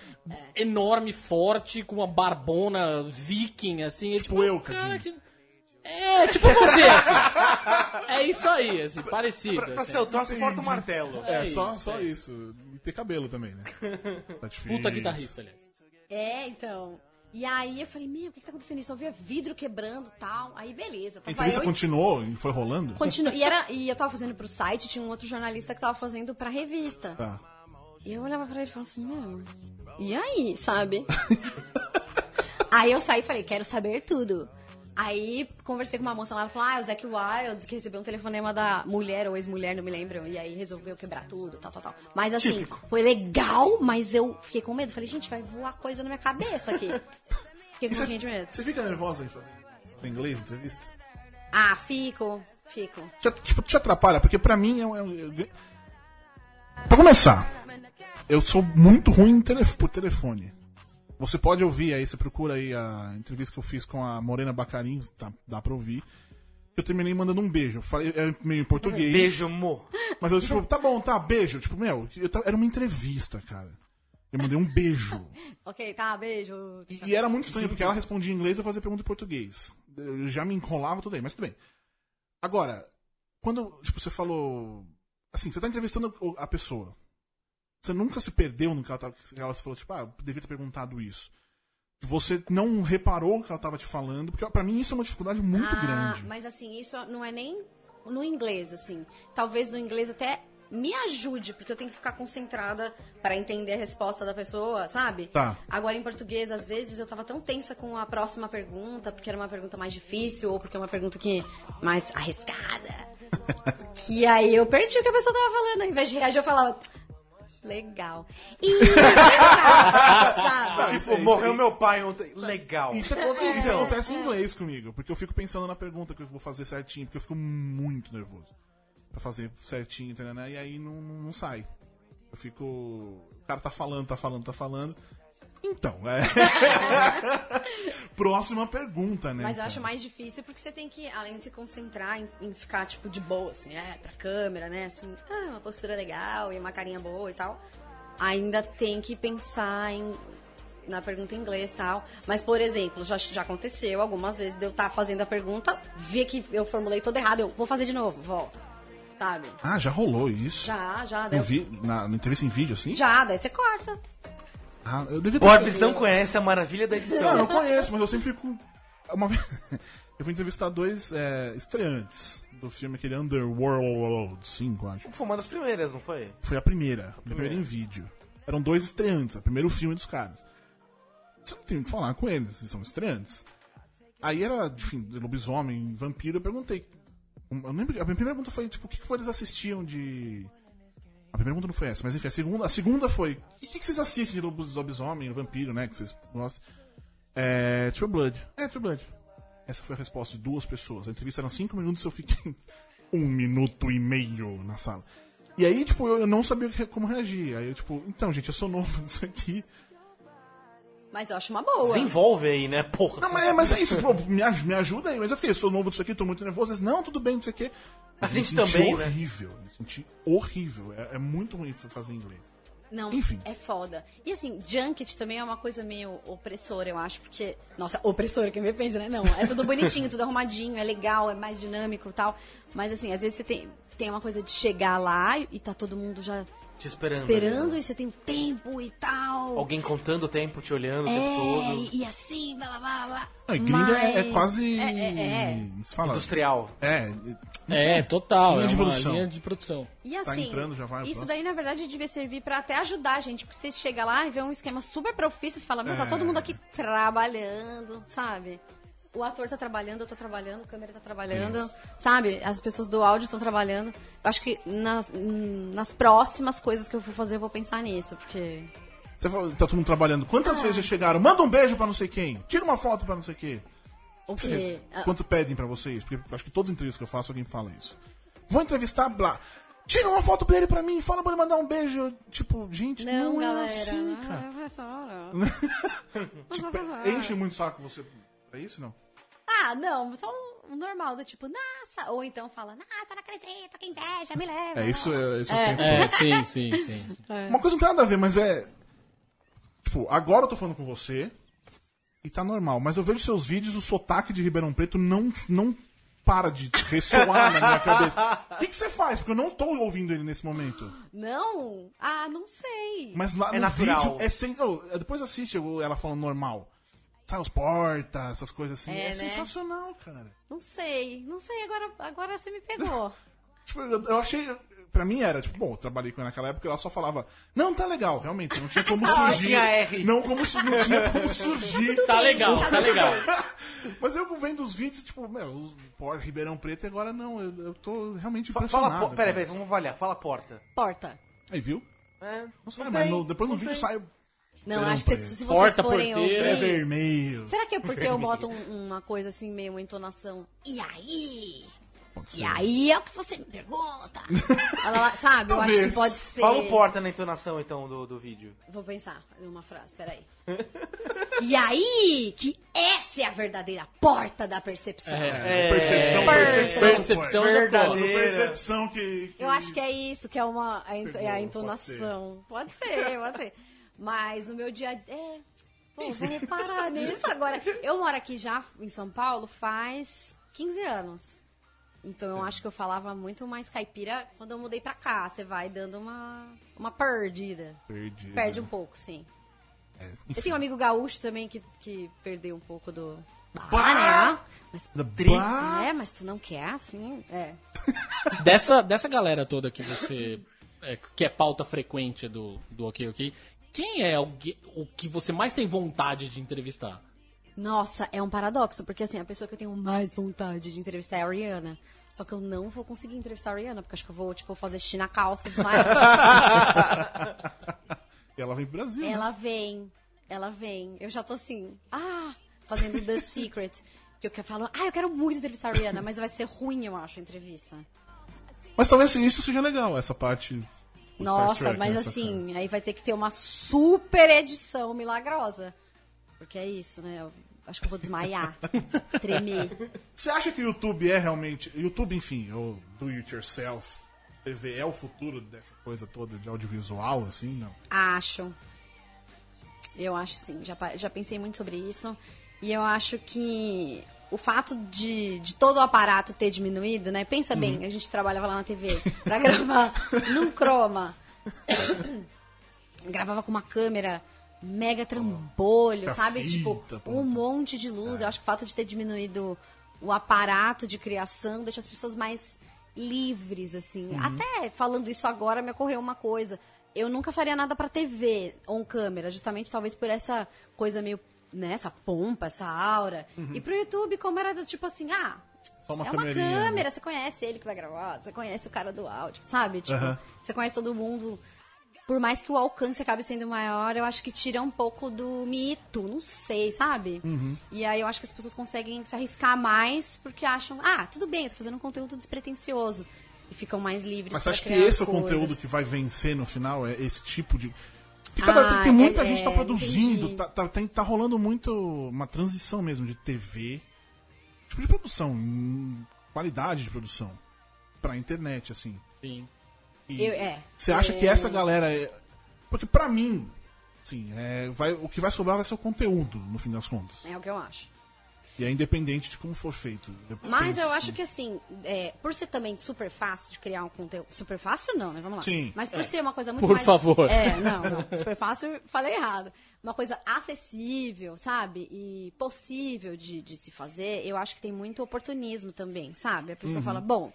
Speaker 5: enorme, forte, com uma barbona viking, assim. É, tipo,
Speaker 4: eu,
Speaker 5: um cara
Speaker 4: Cadinho.
Speaker 5: que... É, tipo você, assim. É isso aí, assim, parecido.
Speaker 8: Pra, pra
Speaker 5: assim.
Speaker 8: ser o torce, porta Então, o martelo.
Speaker 4: É,
Speaker 5: É
Speaker 4: só,
Speaker 5: isso,
Speaker 4: só
Speaker 5: é.
Speaker 4: isso. E ter cabelo também, *laughs* né? Tá difícil.
Speaker 5: Puta guitarrista, aliás.
Speaker 7: É, então. E aí eu falei, meu, o que, que tá acontecendo? Eu Só via vidro quebrando e tal. Aí beleza.
Speaker 4: A
Speaker 7: Tava
Speaker 4: entrevista
Speaker 7: eu e
Speaker 4: continuou e foi rolando?
Speaker 7: Continu... E, era... e eu tava fazendo pro site, tinha um outro jornalista que tava fazendo pra revista.
Speaker 4: Tá.
Speaker 7: E eu olhava pra ele e falava assim, meu, e
Speaker 4: *laughs*
Speaker 7: aí, sabe? aí eu saí e falei, quero saber tudo. Aí conversei com uma moça lá, ela falou, ah, o Zac Wild, que recebeu um telefonema da mulher ou ex-mulher, não me lembro, e aí resolveu quebrar tudo, tal, tal, tal. Mas assim, foi legal, mas eu fiquei com medo. Falei, gente, vai voar coisa na minha cabeça aqui.
Speaker 4: E
Speaker 7: fiquei com um
Speaker 4: você-
Speaker 7: pouquinho de medo.
Speaker 4: Você fica nervosa em fazer em inglês entrevista?
Speaker 7: Ah, fico, fico.
Speaker 4: Te, tipo, te atrapalha, porque pra mim é um. É, um- é... Pra começar, eu sou muito ruim em telef- por telefone. Você pode ouvir aí, você procura aí a entrevista que eu fiz com a Morena Bacarim, tá- dá pra ouvir. eu terminei mandando um beijo. Falei, é meio em português.
Speaker 8: Beijo, mo.
Speaker 4: Mas eu, tipo, tá bom, tá, beijo. Tipo, meu, eu tava- era uma entrevista, cara. Eu mandei um beijo.
Speaker 7: Ok, tá, beijo.
Speaker 4: E, e era muito estranho, porque ela respondia em inglês e eu fazia pergunta em português. Eu já me enrolava tudo aí, mas tudo bem. Agora, quando, tipo, você falou... Assim, você tá entrevistando o- a pessoa. Você nunca se perdeu no que ela, tava, que ela falou, tipo, ah, eu devia ter perguntado isso. Você não reparou o que ela tava te falando, porque pra mim isso é uma dificuldade muito
Speaker 7: Ah,
Speaker 4: grande.
Speaker 7: mas assim, isso não é nem no inglês, assim. Talvez no inglês até me ajude, porque eu tenho que ficar concentrada pra entender a resposta da pessoa, sabe?
Speaker 4: Tá.
Speaker 7: Agora, em português, às vezes eu tava tão tensa com a próxima pergunta, porque era uma pergunta mais difícil, ou porque é uma pergunta que mais
Speaker 4: *laughs*
Speaker 7: arriscada. que aí eu perdi o que a pessoa tava falando. Ao invés de reagir, eu falava. Legal. E *laughs* sabe?
Speaker 4: Isso é-
Speaker 8: Tipo,
Speaker 4: isso
Speaker 8: morreu
Speaker 4: é-
Speaker 8: meu pai ontem. Legal.
Speaker 4: Isso é acontece, isso acontece em inglês comigo, porque eu fico pensando na pergunta que eu vou fazer certinho, porque eu fico muito nervoso pra fazer certinho, entendeu? né? E aí não, não, não sai. Eu fico. O cara tá falando, tá falando, tá falando. Então, é. Próxima pergunta, né?
Speaker 7: Mas eu acho
Speaker 4: cara?
Speaker 7: mais difícil porque você tem que, além de se concentrar em, em ficar, tipo, de boa, assim, é, pra câmera, né? Assim, ah, uma postura legal e uma carinha boa e tal. Ainda tem que pensar em, na pergunta em inglês e tal. Mas, por exemplo, já, já aconteceu algumas vezes de eu estar fazendo a pergunta, ver que eu formulei toda errada, eu vou fazer de novo, volta. Sabe?
Speaker 4: Ah, já rolou isso.
Speaker 7: Já, já, daí
Speaker 4: Eu
Speaker 7: eu-
Speaker 4: vi na, na entrevista em vídeo, assim?
Speaker 7: Já, daí você corta.
Speaker 4: Ah, eu devia ter.
Speaker 8: Borbs não conhece a maravilha da edição.
Speaker 4: Não, eu conheço, mas eu sempre fico. Uma vez. *laughs* eu vou entrevistar dois é, estreantes do filme, aquele Underworld 5, acho.
Speaker 8: Foi uma das primeiras, não foi?
Speaker 4: Foi a primeira. A primeira em vídeo. Eram dois estreantes, o primeiro filme dos caras. Você não tem o que falar com eles, eles são estreantes. Aí era, enfim, lobisomem, vampiro, eu perguntei. Um, Eu lembro, a primeira pergunta foi, tipo, o que, que foi eles assistiam de. A primeira pergunta não foi essa, mas enfim, a segunda, a segunda foi. O que, que vocês assistem de lobis- lobisomem, vampiro, né? Que vocês gostam? É. True Blood. É, True Blood. Essa foi a resposta de duas pessoas. A entrevista era cinco minutos eu fiquei *laughs* um minuto e meio na sala. E aí, tipo, eu eu não sabia o que- como reagir. Aí eu, tipo, então, gente, eu sou novo *laughs* nisso aqui.
Speaker 7: Mas eu acho uma boa.
Speaker 8: Desenvolve aí, né? Porra.
Speaker 4: Não, mas é, mas é isso, pô, *laughs* me, aj- me ajuda aí. Mas eu fiquei, eu sou novo disso aqui, tô muito nervoso. Eles, não, tudo bem, não sei o quê.
Speaker 8: A
Speaker 4: Eu
Speaker 8: gente
Speaker 4: me senti
Speaker 8: também, né?
Speaker 4: horrível, me senti horrível. É, é muito ruim fazer inglês.
Speaker 7: Não,
Speaker 4: Enfim.
Speaker 7: é foda. E assim, junket também é uma coisa meio opressora, eu acho, porque. Nossa, opressora, quem me pensa, né? Não, é tudo bonitinho, tudo arrumadinho, é legal, é mais dinâmico e tal. Mas assim, às vezes você tem, tem uma coisa de chegar lá e tá todo mundo já
Speaker 8: Te esperando.
Speaker 7: esperando
Speaker 8: né?
Speaker 7: e você tem tempo e tal.
Speaker 8: Alguém contando o tempo, te olhando o tempo
Speaker 7: é,
Speaker 8: todo.
Speaker 7: e, e assim, blá blá blá blá.
Speaker 4: Ah, e gringa é,
Speaker 7: Mas-
Speaker 4: é quase.
Speaker 7: É, é, é.
Speaker 4: se Fala.
Speaker 8: Industrial.
Speaker 4: É,
Speaker 5: É, total.
Speaker 4: Linha
Speaker 5: é
Speaker 4: de
Speaker 5: uma
Speaker 4: produção.
Speaker 5: linha de produção.
Speaker 7: E assim,
Speaker 4: Tá entrando, já vai,
Speaker 7: isso
Speaker 4: pronto.
Speaker 7: daí na verdade devia servir pra até ajudar a gente, porque você chega lá e vê um esquema super profício, você fala, meu, tá
Speaker 4: É.
Speaker 7: todo mundo aqui trabalhando, sabe? O ator tá trabalhando, eu tô trabalhando, a câmera tá trabalhando, sabe? As pessoas do áudio estão trabalhando. Eu acho que nas, hum, nas próximas coisas que eu for fazer, eu vou pensar nisso, porque.
Speaker 4: você fala, tá todo mundo trabalhando.
Speaker 7: É.
Speaker 4: Quantas vezes já chegaram? Manda um beijo pra não sei quem. Tira uma foto pra não sei quem.
Speaker 7: O quê? Ah,
Speaker 4: Quanto pedem pra vocês? Porque eu acho que todas as entrevistas que eu faço, alguém fala isso. Vou entrevistar Blá. Tira uma foto dele pra mim, fala pra ele mandar um beijo. Eu, Tipo, gente, não,
Speaker 7: Não, galera.
Speaker 4: é assim,
Speaker 7: não,
Speaker 4: cara.
Speaker 7: professora.
Speaker 4: Tipo, enche muito o saco você. É isso não?
Speaker 7: Ah, não, só um um normal, do tipo, nossa, ou então fala, nossa, não acredito, que inveja, me leva.
Speaker 4: É isso, é isso o tempo
Speaker 5: É, sim, sim, sim. sim.
Speaker 4: todo. Uma coisa não tem nada a ver, mas é. Tipo, agora eu tô falando com você e tá normal, mas eu vejo seus vídeos, o sotaque de Ribeirão Preto não, não para de ressoar na minha *laughs* cabeça. O que, que você faz? Porque eu não tô ouvindo ele nesse momento.
Speaker 7: Não? Ah, não sei.
Speaker 4: Mas lá
Speaker 8: É
Speaker 4: no
Speaker 8: natural.
Speaker 4: vídeo é sem. oh, depois assiste o- ela falando normal. Sai os portas, essas coisas assim. É,
Speaker 7: É, né?
Speaker 4: sensacional, cara.
Speaker 7: Não sei. Não sei, agora, agora você me pegou.
Speaker 4: Tipo, eu, eu achei. Pra mim era, tipo, bom, eu trabalhei com ela naquela época e ela só falava, não, tá legal, realmente, não tinha como surgir.
Speaker 8: tinha R.
Speaker 4: Não, como, su- não tinha como surgir.
Speaker 5: Tá legal, tá legal.
Speaker 4: *laughs* Mas eu vendo os vídeos, tipo, meu, os por Ribeirão Preto e agora não, eu, eu tô realmente
Speaker 8: Fa-
Speaker 4: impressionado.
Speaker 8: Fala, po- peraí,
Speaker 4: cara.
Speaker 8: peraí, vamos avaliar. Fala porta.
Speaker 7: Porta.
Speaker 4: Aí, viu?
Speaker 8: É,
Speaker 4: Não sei,
Speaker 8: não
Speaker 4: mas
Speaker 8: tem,
Speaker 4: no- depois no
Speaker 8: não
Speaker 4: vídeo
Speaker 8: tem.
Speaker 4: sai o
Speaker 7: Não,
Speaker 4: Trampa
Speaker 7: acho que
Speaker 4: aí.
Speaker 7: se, se vocês
Speaker 5: Porta,
Speaker 7: forem
Speaker 5: porteira.
Speaker 4: pé
Speaker 5: Ei.
Speaker 7: ouvir...
Speaker 4: vermelho.
Speaker 7: Será que é porque eu boto um- uma coisa assim, meio uma entonação? E aí?
Speaker 4: Pode
Speaker 2: E
Speaker 4: ser.
Speaker 2: aí é o que você me pergunta.
Speaker 7: tá? Ela lá- sabe? Eu acho
Speaker 4: Talvez.
Speaker 7: que pode ser.
Speaker 8: Fala o porta na entonação, então, do, do vídeo.
Speaker 7: Vou pensar numa frase, peraí. e aí, que essa é a verdadeira porta da percepção.
Speaker 5: É,
Speaker 4: Percepção, percepção.
Speaker 5: percepção já
Speaker 8: Verdadeiro.
Speaker 5: fala.
Speaker 4: Uma Percepção que.
Speaker 7: Eu acho que é isso, que é uma a ento- é a
Speaker 4: Pegou,
Speaker 7: entonação. Pode ser, pode ser. Mas no meu dia a dia. É, pô, vou reparar nisso agora. Eu moro aqui já em São Paulo faz 15 anos. Então eu acho que eu falava muito mais caipira quando eu mudei pra cá. Você vai dando uma, uma perdida.
Speaker 4: Perdi.
Speaker 7: Perde um pouco, sim. Eu tenho um amigo gaúcho também que, que perdeu um pouco do. Ah, né? Mas,
Speaker 4: *laughs*
Speaker 7: é, mas tu não quer assim? É.
Speaker 5: Dessa, dessa galera toda que você. é, que é pauta frequente do, do Ok Ok, quem é alguém- o que você mais tem vontade de entrevistar?
Speaker 7: Nossa, é um paradoxo, porque assim, a pessoa que eu tenho mais vontade de entrevistar é a Rihanna. Só que eu não vou conseguir entrevistar a Rihanna, porque acho que eu vou, tipo, fazer xixi na calça, desmaiar.
Speaker 4: *laughs* Ela vem pro Brasil. né?
Speaker 7: ela vem, ela vem. Eu já tô assim, ah, fazendo The Secret. Que eu quero- falo, ah, eu quero muito entrevistar a Rihanna, mas vai ser ruim, eu acho, a entrevista.
Speaker 4: Mas talvez assim, isso seja legal, essa parte. do Star
Speaker 7: Nossa,
Speaker 4: Trek,
Speaker 7: mas
Speaker 4: né, essa cara.
Speaker 7: assim, aí vai ter que ter uma super edição milagrosa. Porque é isso, né? Eu acho que eu vou desmaiar, tremer.
Speaker 4: Você acha que o YouTube é realmente. YouTube, enfim, ou do it yourself, TV é o futuro dessa coisa toda de audiovisual, assim? Não.
Speaker 7: Acho. Eu acho sim. Já, pa- já pensei muito sobre isso. E eu acho que o fato de, de todo o aparato ter diminuído, né? Pensa bem, a gente trabalhava lá na TV pra gravar num croma. gravava com uma câmera mega trambolho,
Speaker 4: Com a
Speaker 7: sabe?
Speaker 4: fita,
Speaker 7: tipo,
Speaker 4: pronto.
Speaker 7: um monte de
Speaker 4: É.
Speaker 7: luz. Eu acho que o fato de ter diminuído o aparato de criação deixa as pessoas mais livres, assim.
Speaker 4: Uhum.
Speaker 7: Até falando isso agora, me ocorreu uma coisa. Eu nunca faria nada pra TV on câmera, justamente talvez por essa coisa meio, né, essa pompa, essa aura. E pro YouTube, como era do tipo assim, ah,
Speaker 4: Uhum. Só uma
Speaker 7: é uma
Speaker 4: câmerinha, né?
Speaker 7: câmera, você conhece ele que vai gravar, você conhece o cara do áudio, sabe? Tipo,
Speaker 4: Aham.
Speaker 7: você conhece todo mundo. Por mais que o alcance acabe sendo maior, eu acho que tira um pouco do mito, não sei, sabe?
Speaker 4: Uhum.
Speaker 7: E aí eu acho que as pessoas conseguem se arriscar mais porque acham, ah, tudo bem, eu tô fazendo um conteúdo despretensioso. E ficam mais livres
Speaker 4: Mas você
Speaker 7: pra
Speaker 4: acha que
Speaker 7: criar
Speaker 4: esse é o
Speaker 7: coisas.
Speaker 4: conteúdo que vai vencer no final? É esse tipo de. Porque cada-
Speaker 7: Ah,
Speaker 4: tem muita
Speaker 7: é-
Speaker 4: gente que tá
Speaker 7: é,
Speaker 4: produzindo,
Speaker 7: entendi.
Speaker 4: tá, tá, tem- tá rolando muito uma transição mesmo de TV, tipo de produção, em qualidade de produção, pra internet, assim.
Speaker 5: Sim.
Speaker 4: E
Speaker 7: Eu- é.
Speaker 4: Você acha que
Speaker 7: Eu-
Speaker 4: essa galera. é- Porque pra mim, sim, é, vai, o que vai sobrar vai ser o conteúdo, no fim das contas.
Speaker 7: É o que eu acho.
Speaker 4: E é independente de como for feito.
Speaker 7: Mas eu acho que assim, é, por ser também super fácil de criar um conteúdo. Super fácil não, né? Vamos lá.
Speaker 4: Sim. é.
Speaker 7: Mas por ser uma coisa muito
Speaker 5: Por
Speaker 7: mais-
Speaker 5: favor.
Speaker 7: É, não, não. Super fácil, falei errado. Uma coisa acessível, sabe? E possível de, de se fazer, eu acho que tem muito oportunismo também, sabe? A
Speaker 5: Uhum.
Speaker 7: pessoa fala, bom,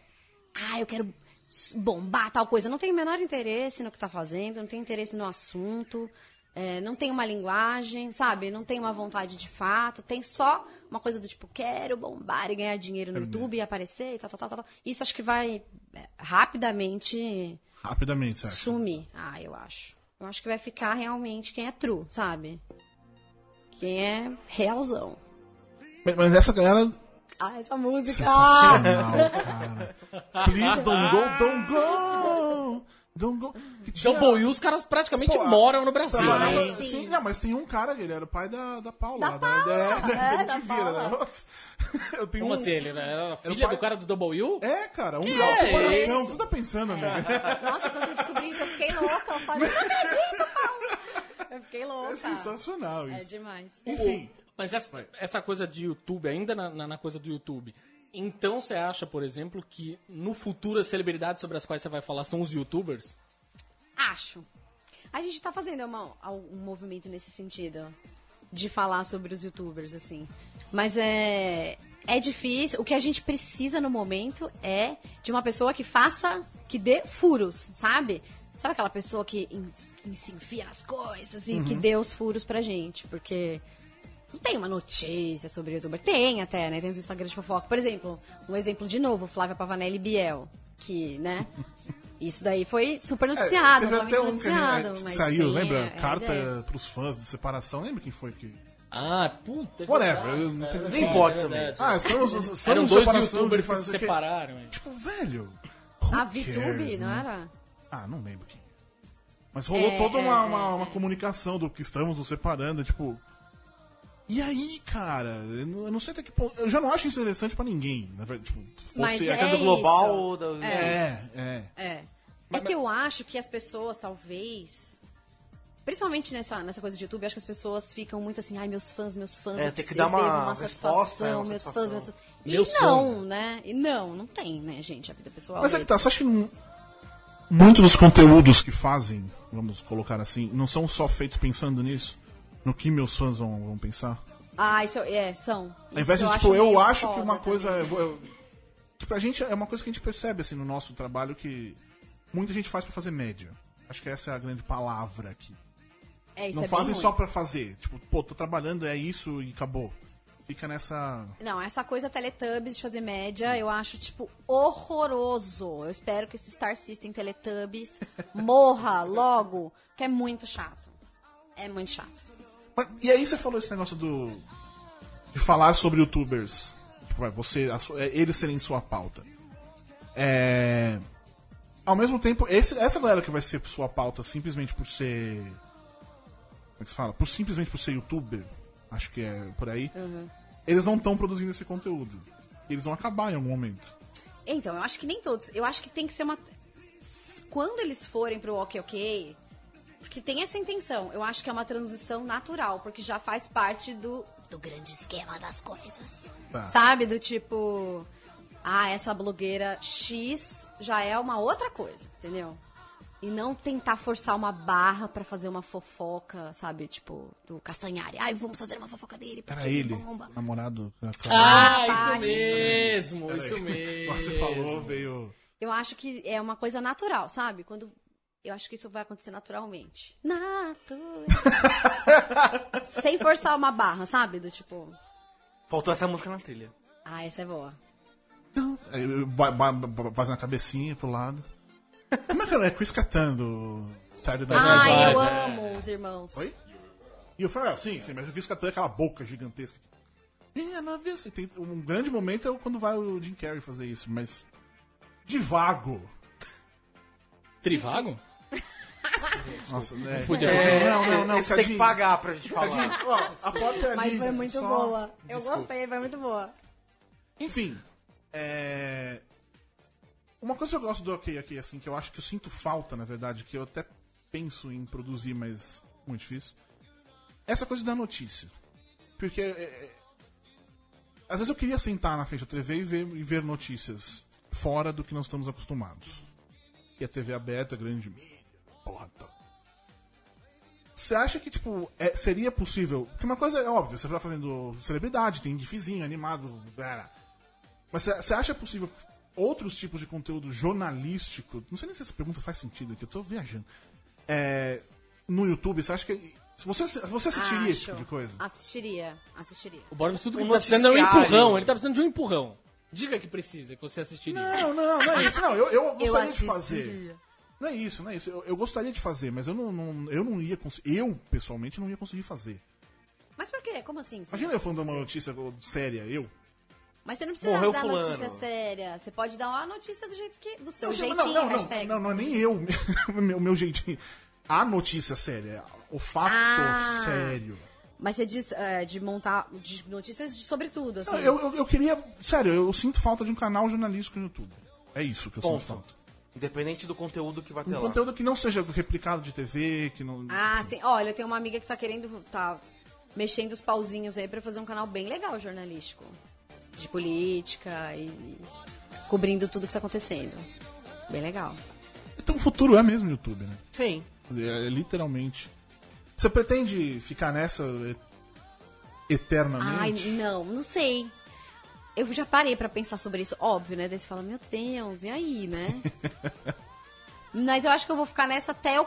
Speaker 7: ah, eu quero s- bombar tal coisa. Não tem o menor interesse no que tá fazendo, não tem interesse no assunto, é, não tem uma linguagem, sabe? Não tem uma vontade de fato, tem só uma coisa do tipo, quero bombar e ganhar
Speaker 5: É
Speaker 7: dinheiro no YouTube e aparecer e tal, tal, tal, tal. Isso acho que vai é, rapidamente
Speaker 4: Rapidamente, você acha?
Speaker 7: sumir. Ah, eu acho. Eu acho que vai ficar realmente quem é true, sabe? Quem é realzão.
Speaker 4: Mas- Mas essa galera.
Speaker 7: Ah, essa música! Ah.
Speaker 4: Sensacional, cara.
Speaker 7: *laughs*
Speaker 4: Please don't go, don't go! Don't go. Que tinha-
Speaker 5: Então, Boyu, os caras praticamente
Speaker 4: Pô,
Speaker 5: moram no Brasil,
Speaker 4: Tá,
Speaker 5: né?
Speaker 4: mas- sim, não, mas tem um cara, ele era o pai da, da Paula.
Speaker 7: Da
Speaker 4: lá,
Speaker 7: Paula, é,
Speaker 4: da,
Speaker 7: da
Speaker 4: MTV, né?
Speaker 7: Paula.
Speaker 4: *laughs* Eu tenho
Speaker 5: Como
Speaker 4: um...
Speaker 5: assim? Ele era a
Speaker 4: Era o
Speaker 5: filha
Speaker 4: pai-
Speaker 5: do cara do W?
Speaker 4: É, cara, um grau de
Speaker 5: é
Speaker 4: separação. O que você tá
Speaker 7: É.
Speaker 4: pensando, amigo?
Speaker 7: Nossa, quando eu descobri isso, eu fiquei louca. Eu falei, não acredito, Paulo! Eu fiquei louca.
Speaker 4: É sensacional
Speaker 7: É
Speaker 4: isso.
Speaker 7: demais.
Speaker 4: Enfim.
Speaker 5: Mas essa, essa coisa de YouTube, ainda na, na- na coisa do YouTube. Então você acha, por exemplo, que no futuro as celebridades sobre as quais você vai falar são os youtubers?
Speaker 7: Acho. A gente tá fazendo uma- um movimento nesse sentido. De falar sobre os youtubers, assim. Mas é. É difícil. O que a gente precisa no momento é de uma pessoa que faça. que dê furos, sabe? Sabe aquela pessoa que, en- que se enfia nas coisas e que dê os furos pra gente? Porque. Não tem uma notícia sobre youtuber. Tem até, né? Tem os Instagrams de fofoca. Por exemplo, um exemplo de novo, Flávia Pavanelli Biel. Que, né? Isso daí foi super noticiado,
Speaker 4: É, teve
Speaker 7: amplamente
Speaker 4: até um que a gente-
Speaker 7: noticiado.
Speaker 4: que
Speaker 7: mas
Speaker 4: saiu,
Speaker 7: sim,
Speaker 4: lembra?
Speaker 7: é- é a
Speaker 4: Carta
Speaker 7: ideia.
Speaker 4: pros fãs de separação. Lembra quem foi que
Speaker 5: Ah, puta. é
Speaker 4: Whatever,
Speaker 5: verdade,
Speaker 4: eu não
Speaker 5: cara.
Speaker 4: tenho-
Speaker 8: nem importa
Speaker 5: é
Speaker 8: também.
Speaker 5: verdade.
Speaker 4: Ah, estamos, estamos
Speaker 5: Eram
Speaker 4: em
Speaker 5: dois
Speaker 4: separação de
Speaker 5: youtubers que
Speaker 4: fazer
Speaker 5: se
Speaker 4: o quê?
Speaker 5: separaram. hein?
Speaker 4: Tipo, velho.
Speaker 7: A
Speaker 4: who cares,
Speaker 7: VTube, não
Speaker 4: né?
Speaker 7: era?
Speaker 4: Ah, não lembro quem. Mas rolou
Speaker 7: É,
Speaker 4: toda
Speaker 7: é,
Speaker 4: uma,
Speaker 7: é,
Speaker 4: uma, uma comunicação do que estamos nos separando, tipo. E aí, cara, eu não, eu não sei até que ponto. Eu já não acho isso interessante pra ninguém, na verdade. Tipo,
Speaker 7: Mas
Speaker 4: fosse
Speaker 7: é
Speaker 4: essa
Speaker 8: do
Speaker 7: isso.
Speaker 8: global ou da-
Speaker 4: É, é.
Speaker 7: É. É que eu acho que as pessoas, talvez. Principalmente nessa, nessa coisa de YouTube, eu acho que as pessoas ficam muito assim, ai, meus fãs, meus fãs,
Speaker 8: É,
Speaker 7: eu
Speaker 8: tem que
Speaker 7: preciso
Speaker 8: dar uma
Speaker 7: devo
Speaker 8: resposta, é, uma
Speaker 7: meus fãs,
Speaker 8: satisfação.
Speaker 7: meus fãs. E
Speaker 5: Meus
Speaker 7: não,
Speaker 5: fãs,
Speaker 7: né? E não, não tem, né, gente, a vida pessoal.
Speaker 4: Mas é
Speaker 7: dele.
Speaker 4: que tá, você acha que não- muito dos conteúdos que fazem, vamos colocar assim, não são só feitos pensando nisso? No que meus fãs vão, vão pensar?
Speaker 7: Ah, isso é, são.
Speaker 4: tá- Ao invés
Speaker 7: Isso
Speaker 4: de, tipo, eu
Speaker 7: meio
Speaker 4: acho que
Speaker 7: foda tá
Speaker 4: uma
Speaker 7: também.
Speaker 4: coisa. é- eu- que pra gente é uma coisa que a gente percebe, assim, no nosso trabalho que muita gente faz pra fazer média. Acho que essa é a grande palavra aqui.
Speaker 7: É, isso
Speaker 4: não
Speaker 7: é bem
Speaker 4: fazem
Speaker 7: ruim.
Speaker 4: só pra fazer. Tipo, pô, tô trabalhando, é isso e acabou. Fica nessa.
Speaker 7: Não, essa coisa Teletubbies de fazer média, eu acho, tipo, horroroso. Eu espero que esse Star
Speaker 4: *laughs*
Speaker 7: System Teletubbies morra logo, que é muito chato. É muito chato.
Speaker 4: Mas- E aí você falou esse negócio do. De falar sobre youtubers. Tipo, vai, Você, a sua- é, eles serem sua pauta. É. Ao mesmo tempo, esse- essa galera que vai ser sua pauta simplesmente por ser. Como é que se fala? Por, simplesmente por ser youtuber, acho que é por aí.
Speaker 7: Uhum.
Speaker 4: Eles não estão produzindo esse conteúdo. Eles vão acabar em algum momento.
Speaker 7: Então, eu acho que nem todos. Eu acho que tem que ser uma. Quando eles forem pro Ok Ok, porque tem essa intenção. Eu acho que é uma transição natural, porque já faz parte do
Speaker 2: Do grande esquema das coisas.
Speaker 4: Tá.
Speaker 7: Sabe? Do tipo. Ah, essa blogueira X já é uma outra coisa, entendeu? E não tentar forçar uma barra pra fazer uma fofoca, sabe? Tipo, do Castanhari. Ai, vamos fazer uma fofoca dele. porque
Speaker 4: Era ele,
Speaker 7: bomba.
Speaker 4: namorado.
Speaker 5: Ah,
Speaker 7: Ah,
Speaker 5: isso
Speaker 7: Paty.
Speaker 5: mesmo,
Speaker 7: Ah!
Speaker 4: *laughs* Peraí.
Speaker 5: isso mesmo.
Speaker 4: Você falou, veio.
Speaker 7: Eu acho que é uma coisa natural, sabe? Quando. Eu acho que isso vai acontecer naturalmente. Natural. *laughs* Sem forçar uma barra, sabe? Do tipo.
Speaker 8: Faltou essa música na trilha.
Speaker 7: Ah, essa é boa.
Speaker 4: Então, Aí, ba- ba- ba- Fazendo a cabecinha pro lado. Como é que ela é? Chris Catan do Saturday Night Live.
Speaker 7: Ai, Ah, eu
Speaker 5: vai.
Speaker 7: amo os irmãos.
Speaker 4: Oi? E o Pharrell, sim, sim, mas o Chris Catan é aquela boca gigantesca. E a nave assim, tem um grande momento é quando vai o Jim Carrey fazer isso, mas de vago.
Speaker 5: Trivago?
Speaker 4: Nossa, né?
Speaker 5: Podia
Speaker 4: não, não, não,
Speaker 8: Você tem que
Speaker 4: Cadinho.
Speaker 8: pagar pra gente
Speaker 4: Cadinho,
Speaker 8: falar.
Speaker 4: ó, a porta é ali,
Speaker 7: Mas foi muito
Speaker 4: só-
Speaker 7: boa. Eu
Speaker 4: Desculpa.
Speaker 7: gostei, foi muito boa.
Speaker 4: Enfim, é... Uma coisa que eu gosto do OK aqui, assim, que eu acho que eu sinto falta, na verdade, que eu até penso em produzir, mas muito difícil. é Essa coisa da notícia. Porque é, é, às vezes eu queria sentar na frente da TV e ver, e ver notícias fora do que nós estamos acostumados. E a TV aberta, é grande mídia, porra, tal. Você acha que, tipo, é- seria possível? Porque uma coisa é óbvio, você tá fazendo celebridade, tem gifzinho, animado, blá. Mas você você acha possível outros tipos de conteúdo jornalístico? Não sei nem se essa pergunta faz sentido aqui, eu tô viajando. É, no YouTube, você acha que. se Você, se você assistiria esse tipo
Speaker 7: Acho.
Speaker 4: de coisa?
Speaker 7: Assistiria, assistiria.
Speaker 5: O Boris tudo que
Speaker 8: Um
Speaker 5: ele tá precisando é um
Speaker 8: noticiário.
Speaker 5: empurrão. Ele tá precisando de um empurrão. Diga que precisa, que você assistiria.
Speaker 4: Não, não, não é isso. Não, eu, eu gostaria de
Speaker 7: assistiria.
Speaker 4: fazer. Não é isso, não é isso. Eu, eu gostaria de fazer, mas eu não, não- eu não ia conseguir. Eu, pessoalmente, não ia conseguir fazer.
Speaker 7: Mas por quê? Como assim? Você-
Speaker 4: Imagina eu falando uma notícia séria, eu.
Speaker 7: Mas você não precisa
Speaker 8: Morreu
Speaker 7: dar
Speaker 8: fulano.
Speaker 7: notícia séria. Você pode dar uma notícia do jeito que. do seu
Speaker 4: Não,
Speaker 7: jeitinho,
Speaker 4: não, não,
Speaker 7: hashtag.
Speaker 4: não, não, é nem eu. *laughs* meu, meu jeitinho. A notícia séria. O fato
Speaker 7: Ah.
Speaker 4: sério.
Speaker 7: Mas você diz é, de montar. de notícias de sobretudo, assim.
Speaker 4: Não, eu, eu, eu queria. Sério, eu sinto falta de um canal jornalístico no YouTube. É isso que eu
Speaker 8: Ponto.
Speaker 4: sinto falta.
Speaker 8: Independente do conteúdo que vai ter
Speaker 4: Um
Speaker 8: lá.
Speaker 4: conteúdo que não seja replicado de TV, que não.
Speaker 7: Ah, sim. Olha, eu tenho uma amiga que tá querendo. tá mexendo os pauzinhos aí pra fazer um canal bem legal jornalístico. De política e. e cobrindo tudo que tá acontecendo. Bem legal.
Speaker 4: Então o futuro é mesmo YouTube, né?
Speaker 8: Sim.
Speaker 4: É, é literalmente. Você pretende ficar nessa e-
Speaker 7: Ai,
Speaker 4: eternamente?
Speaker 7: não, não sei. Eu já parei pra pensar sobre isso, óbvio, né? Daí você fala, meu Deus, e aí, né?
Speaker 4: *laughs*
Speaker 7: Mas eu acho que eu vou ficar nessa até eu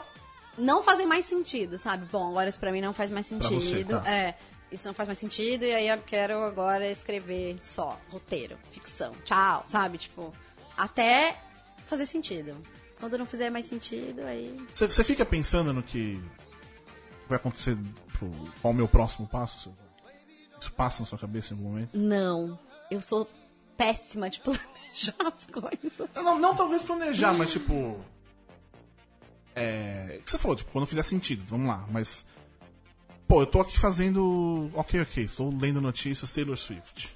Speaker 7: não fazer mais sentido, sabe? Bom, agora isso pra mim não faz mais
Speaker 4: Pra
Speaker 7: sentido.
Speaker 4: você, tá.
Speaker 7: É, isso não faz mais sentido, e aí eu quero agora escrever só roteiro, ficção, tchau, sabe? Tipo, até fazer sentido. Quando não fizer mais sentido, aí.
Speaker 4: Você, você fica pensando no que vai acontecer, tipo, qual o meu é próximo passo? Isso passa na sua cabeça em algum momento?
Speaker 7: Não, eu sou péssima de *laughs* planejar as coisas.
Speaker 4: Não, não, não talvez planejar, mas tipo. É. O que você falou, tipo, quando fizer sentido, vamos lá, mas. Pô, eu tô aqui fazendo. Ok, ok, estou lendo notícias Taylor Swift.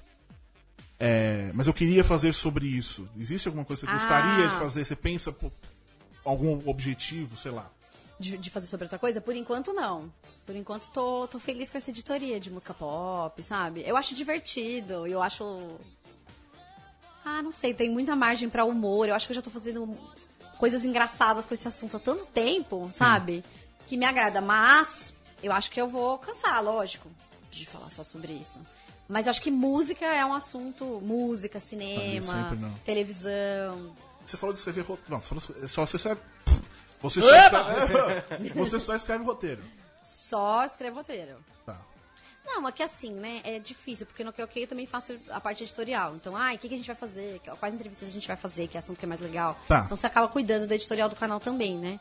Speaker 4: É, mas eu queria fazer sobre isso. Existe alguma coisa que você
Speaker 7: Ah.
Speaker 4: gostaria de fazer? Você pensa pô, algum objetivo, sei lá.
Speaker 7: De, de fazer sobre outra coisa? Por enquanto, não. Por enquanto, tô, tô feliz com essa editoria de música pop, sabe? Eu acho divertido, eu acho. Ah, não sei, tem muita margem pra humor. Eu acho que eu já tô fazendo coisas engraçadas com esse assunto há tanto tempo,
Speaker 4: Hum.
Speaker 7: sabe? Que me agrada. Mas eu acho que eu vou cansar, lógico, de falar só sobre isso. Mas eu acho que música é um assunto. Música, cinema,
Speaker 4: sempre não.
Speaker 7: televisão.
Speaker 4: Você falou de escrever roteiro. Não, você falou. Só você escreve. Você só escreve, *laughs* você só escreve roteiro.
Speaker 7: Só escrevo roteiro.
Speaker 4: Tá.
Speaker 7: Não, é que assim, né? É difícil, porque no QQ eu também faço a parte editorial. Então, ai, o que, que a gente vai fazer? Quais entrevistas a gente vai fazer? Que assunto que é mais legal?
Speaker 4: Tá.
Speaker 7: Então você acaba cuidando do editorial do canal também, né?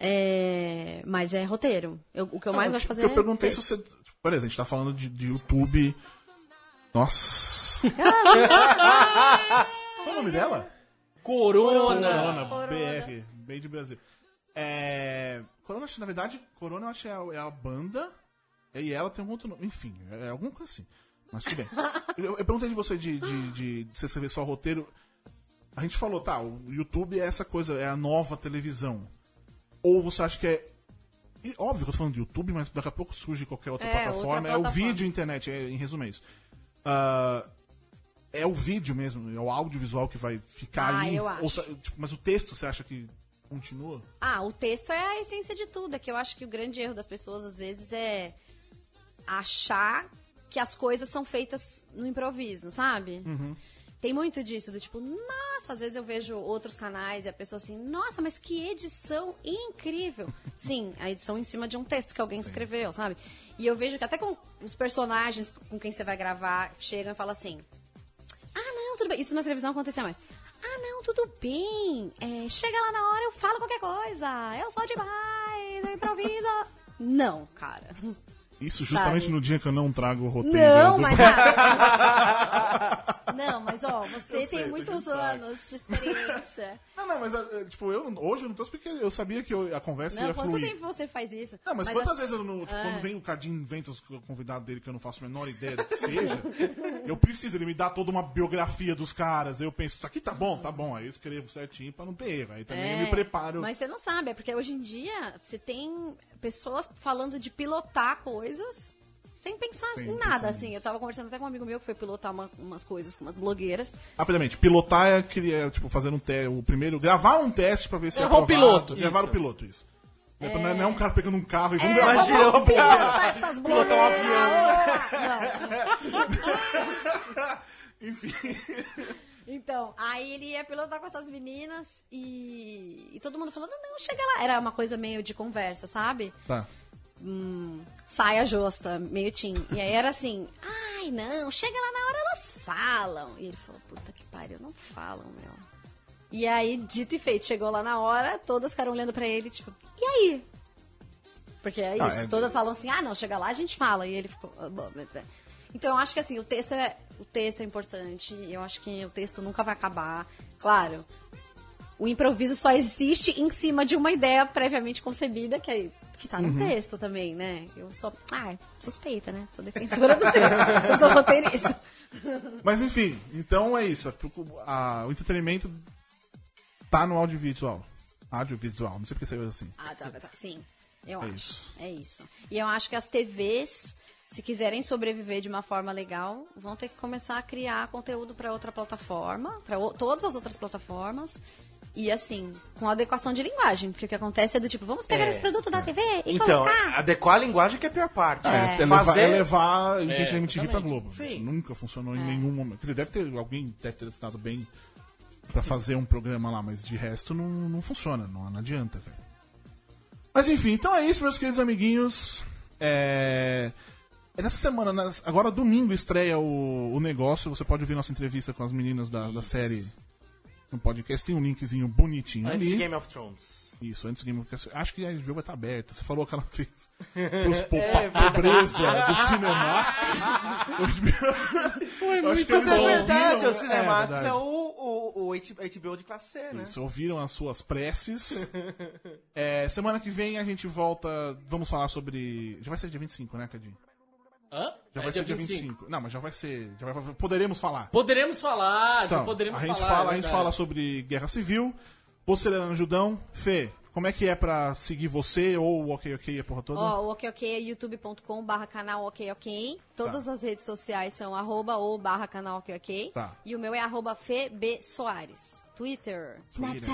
Speaker 7: É, Mas é roteiro. Eu- o que eu mais gosto de fazer
Speaker 4: Eu
Speaker 7: é
Speaker 4: perguntei se
Speaker 7: roteiro.
Speaker 4: você. tipo, Por exemplo, a gente tá falando de, de YouTube. Nossa. Qual é o nome dela?
Speaker 5: Corona.
Speaker 4: BR. Bem de Brasil. É. Corona, acho- na verdade, Corona eu acho que é a, é a banda. E ela tem um outro nome. Enfim, é alguma coisa assim. Mas tudo bem. Eu, eu perguntei de você de, de, de, de você escrever só roteiro. A gente falou, tá, o YouTube é essa coisa, é a nova televisão. Ou você acha que é. e óbvio que eu tô falando de YouTube, mas daqui a pouco surge qualquer outra
Speaker 7: É, outra
Speaker 4: plataforma. É o
Speaker 7: plataforma.
Speaker 4: vídeo internet, é, em resumo é isso. Ah, é o vídeo mesmo, é o audiovisual que vai ficar
Speaker 7: Ah,
Speaker 4: ali.
Speaker 7: eu acho.
Speaker 4: Ou sa- tipo, mas o texto você acha que continua?
Speaker 7: Ah, o texto é a essência de tudo. É que eu acho que o grande erro das pessoas, às vezes, é achar que as coisas são feitas no improviso, sabe? Tem muito disso, do tipo, nossa, às vezes eu vejo outros canais e a pessoa assim, nossa, mas que edição incrível. Sim, a edição em cima de um texto que alguém escreveu, sabe? E eu vejo que até com os personagens com quem você vai gravar chegam e falam assim, ah, não, tudo bem. Isso na televisão acontecia mais. Ah, não, tudo bem. É, chega lá na hora, eu falo qualquer coisa. Eu sou demais, eu improviso. Não, cara.
Speaker 4: Isso justamente
Speaker 7: Sabe.
Speaker 4: no dia que eu não trago o roteiro.
Speaker 7: Não,
Speaker 4: do- *laughs*
Speaker 7: mas. ah, não, mas ó, você
Speaker 4: Eu sei,
Speaker 7: tem
Speaker 4: tô
Speaker 7: muitos
Speaker 4: de saco.
Speaker 7: anos
Speaker 4: *laughs*
Speaker 7: de experiência.
Speaker 4: Não, não, mas é, tipo, eu hoje eu não trouxe porque eu sabia que Assim, eu- a conversa
Speaker 7: Não,
Speaker 4: ia
Speaker 7: quanto
Speaker 4: fluir.
Speaker 7: tempo você faz isso?
Speaker 4: Não, mas, quantas
Speaker 7: assim-
Speaker 4: vezes eu não. Tipo,
Speaker 7: É.
Speaker 4: quando vem o Cardim inventa os convidados dele que eu não faço a menor ideia do que
Speaker 7: *laughs*
Speaker 4: seja, eu preciso, ele me dá toda uma biografia dos caras. Eu penso, isso aqui tá bom, tá bom. Aí eu escrevo certinho pra não ter erro. Aí também eu
Speaker 7: É,
Speaker 4: me preparo.
Speaker 7: Mas você não sabe, é porque hoje em dia você tem pessoas falando de pilotar coisas sem pensar
Speaker 4: Sem
Speaker 7: em
Speaker 4: pensar
Speaker 7: nada, assim. Eu tava conversando até com um amigo meu que foi pilotar uma- umas coisas com umas blogueiras.
Speaker 4: Rapidamente, pilotar é, que- é, tipo fazer um teste, o primeiro, gravar um teste pra ver se é
Speaker 5: Gravar o
Speaker 4: aprovado.
Speaker 5: piloto.
Speaker 4: Gravar
Speaker 5: Isso.
Speaker 4: o piloto, isso. É pra- Não, é, não é um cara pegando um carro um e vamos
Speaker 7: É,
Speaker 4: gravar.
Speaker 7: vamos
Speaker 8: Imagina,
Speaker 4: *laughs*
Speaker 8: uma
Speaker 7: pilotar essas blogueiras! Não.
Speaker 4: Enfim.
Speaker 7: Então, aí ele ia pilotar com essas meninas e, e todo mundo falando, não, chega lá. Era uma coisa meio de conversa, sabe? Hum,
Speaker 4: Tá.
Speaker 7: saia justa, meio tim. E aí era assim, ai não, chega lá na hora, elas falam. E ele falou, puta que pariu, não falam, meu. E aí, dito e feito, chegou lá na hora, todas ficaram olhando pra ele, tipo, e aí? Porque é isso,
Speaker 4: Ah, é-
Speaker 7: todas falam assim, ah não, chega lá a gente fala. E ele ficou. "Ah, bom, mas é." Então eu acho que assim, o texto é. O texto é importante, eu acho que o texto nunca vai acabar. Claro. O improviso só existe em cima de uma ideia previamente concebida, que, é, que tá no
Speaker 4: Uhum.
Speaker 7: texto também, né? Eu sou. Ah, suspeita, né? Sou defensora do
Speaker 4: *laughs*
Speaker 7: texto. Eu sou roteirista.
Speaker 4: Mas enfim, então é isso. A- o entretenimento tá no audiovisual. Audiovisual, não sei porque saiu assim.
Speaker 7: Ah, tá, tá. Sim, eu
Speaker 4: É
Speaker 7: acho.
Speaker 4: isso.
Speaker 7: É isso. E eu acho que as TVs, se quiserem sobreviver de uma forma legal, vão ter que começar a criar conteúdo para outra plataforma, para todas as outras plataformas. E assim, com adequação de linguagem, porque o que acontece é do tipo, vamos pegar
Speaker 8: É,
Speaker 7: esse produto da TV e
Speaker 8: Então,
Speaker 7: colocar.
Speaker 8: adequar a linguagem que é a pior parte.
Speaker 4: É, é levar,
Speaker 8: Fazer...
Speaker 4: é levar em gente da MTV
Speaker 5: exatamente.
Speaker 4: pra Globo.
Speaker 8: Sim. É.
Speaker 4: Isso nunca funcionou em nenhum momento. Quer dizer, deve ter alguém deve ter assinado bem pra fazer um programa lá, mas de resto não, não funciona, não, não adianta, cara. Mas enfim, então é isso, meus queridos amiguinhos. É. é Nessa semana, nas- agora domingo estreia o, o negócio. Você pode ouvir nossa entrevista com as meninas da, da série no podcast, tem um linkzinho bonitinho
Speaker 8: Antes de
Speaker 4: ali.
Speaker 8: Game of Thrones.
Speaker 4: Isso, antes do Game of Thrones. Acho que a HBO vai estar aberta. Você falou aquela vez. Os po-
Speaker 8: É,
Speaker 4: pa- pobreza do cinema. Foi muito
Speaker 8: Mas é
Speaker 4: ouviram-
Speaker 8: verdade,
Speaker 4: é
Speaker 8: o Cinemax é,
Speaker 4: verdade.
Speaker 8: o, o, o HBO de classe C, né?
Speaker 4: Isso, ouviram as suas preces. É, semana que vem a gente volta. Vamos falar sobre. Já vai ser dia 25, né, Cadinho?
Speaker 5: Hã?
Speaker 4: Já
Speaker 5: É
Speaker 4: vai ser dia 25. Não, mas já vai ser. Já vai- poderemos falar.
Speaker 5: Poderemos falar, já
Speaker 4: Então,
Speaker 5: poderemos
Speaker 4: a gente
Speaker 5: falar.
Speaker 4: fala,
Speaker 5: é
Speaker 4: a gente
Speaker 5: verdade.
Speaker 4: fala sobre guerra civil. Você, Leandro Judão, Fê, como é que é pra seguir você ou o Ok Ok a porra toda?
Speaker 7: Ó, o OkOk é youtube.com barra canal OkOk. Todas
Speaker 8: Tá.
Speaker 7: as redes sociais são arroba ou barra canal OkOk.
Speaker 4: Tá.
Speaker 7: E o meu é arroba FeB Soares. Twitter.
Speaker 2: Snapchat.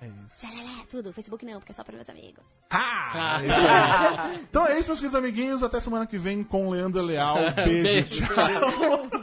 Speaker 4: É isso.
Speaker 2: Talalá, tudo. Facebook não, porque é só para meus amigos.
Speaker 4: Ah, é isso
Speaker 5: *laughs*
Speaker 4: aí. então é isso, meus queridos amiguinhos. Até semana que vem com Leandro Leal. Beijo.
Speaker 5: Beijo, tchau.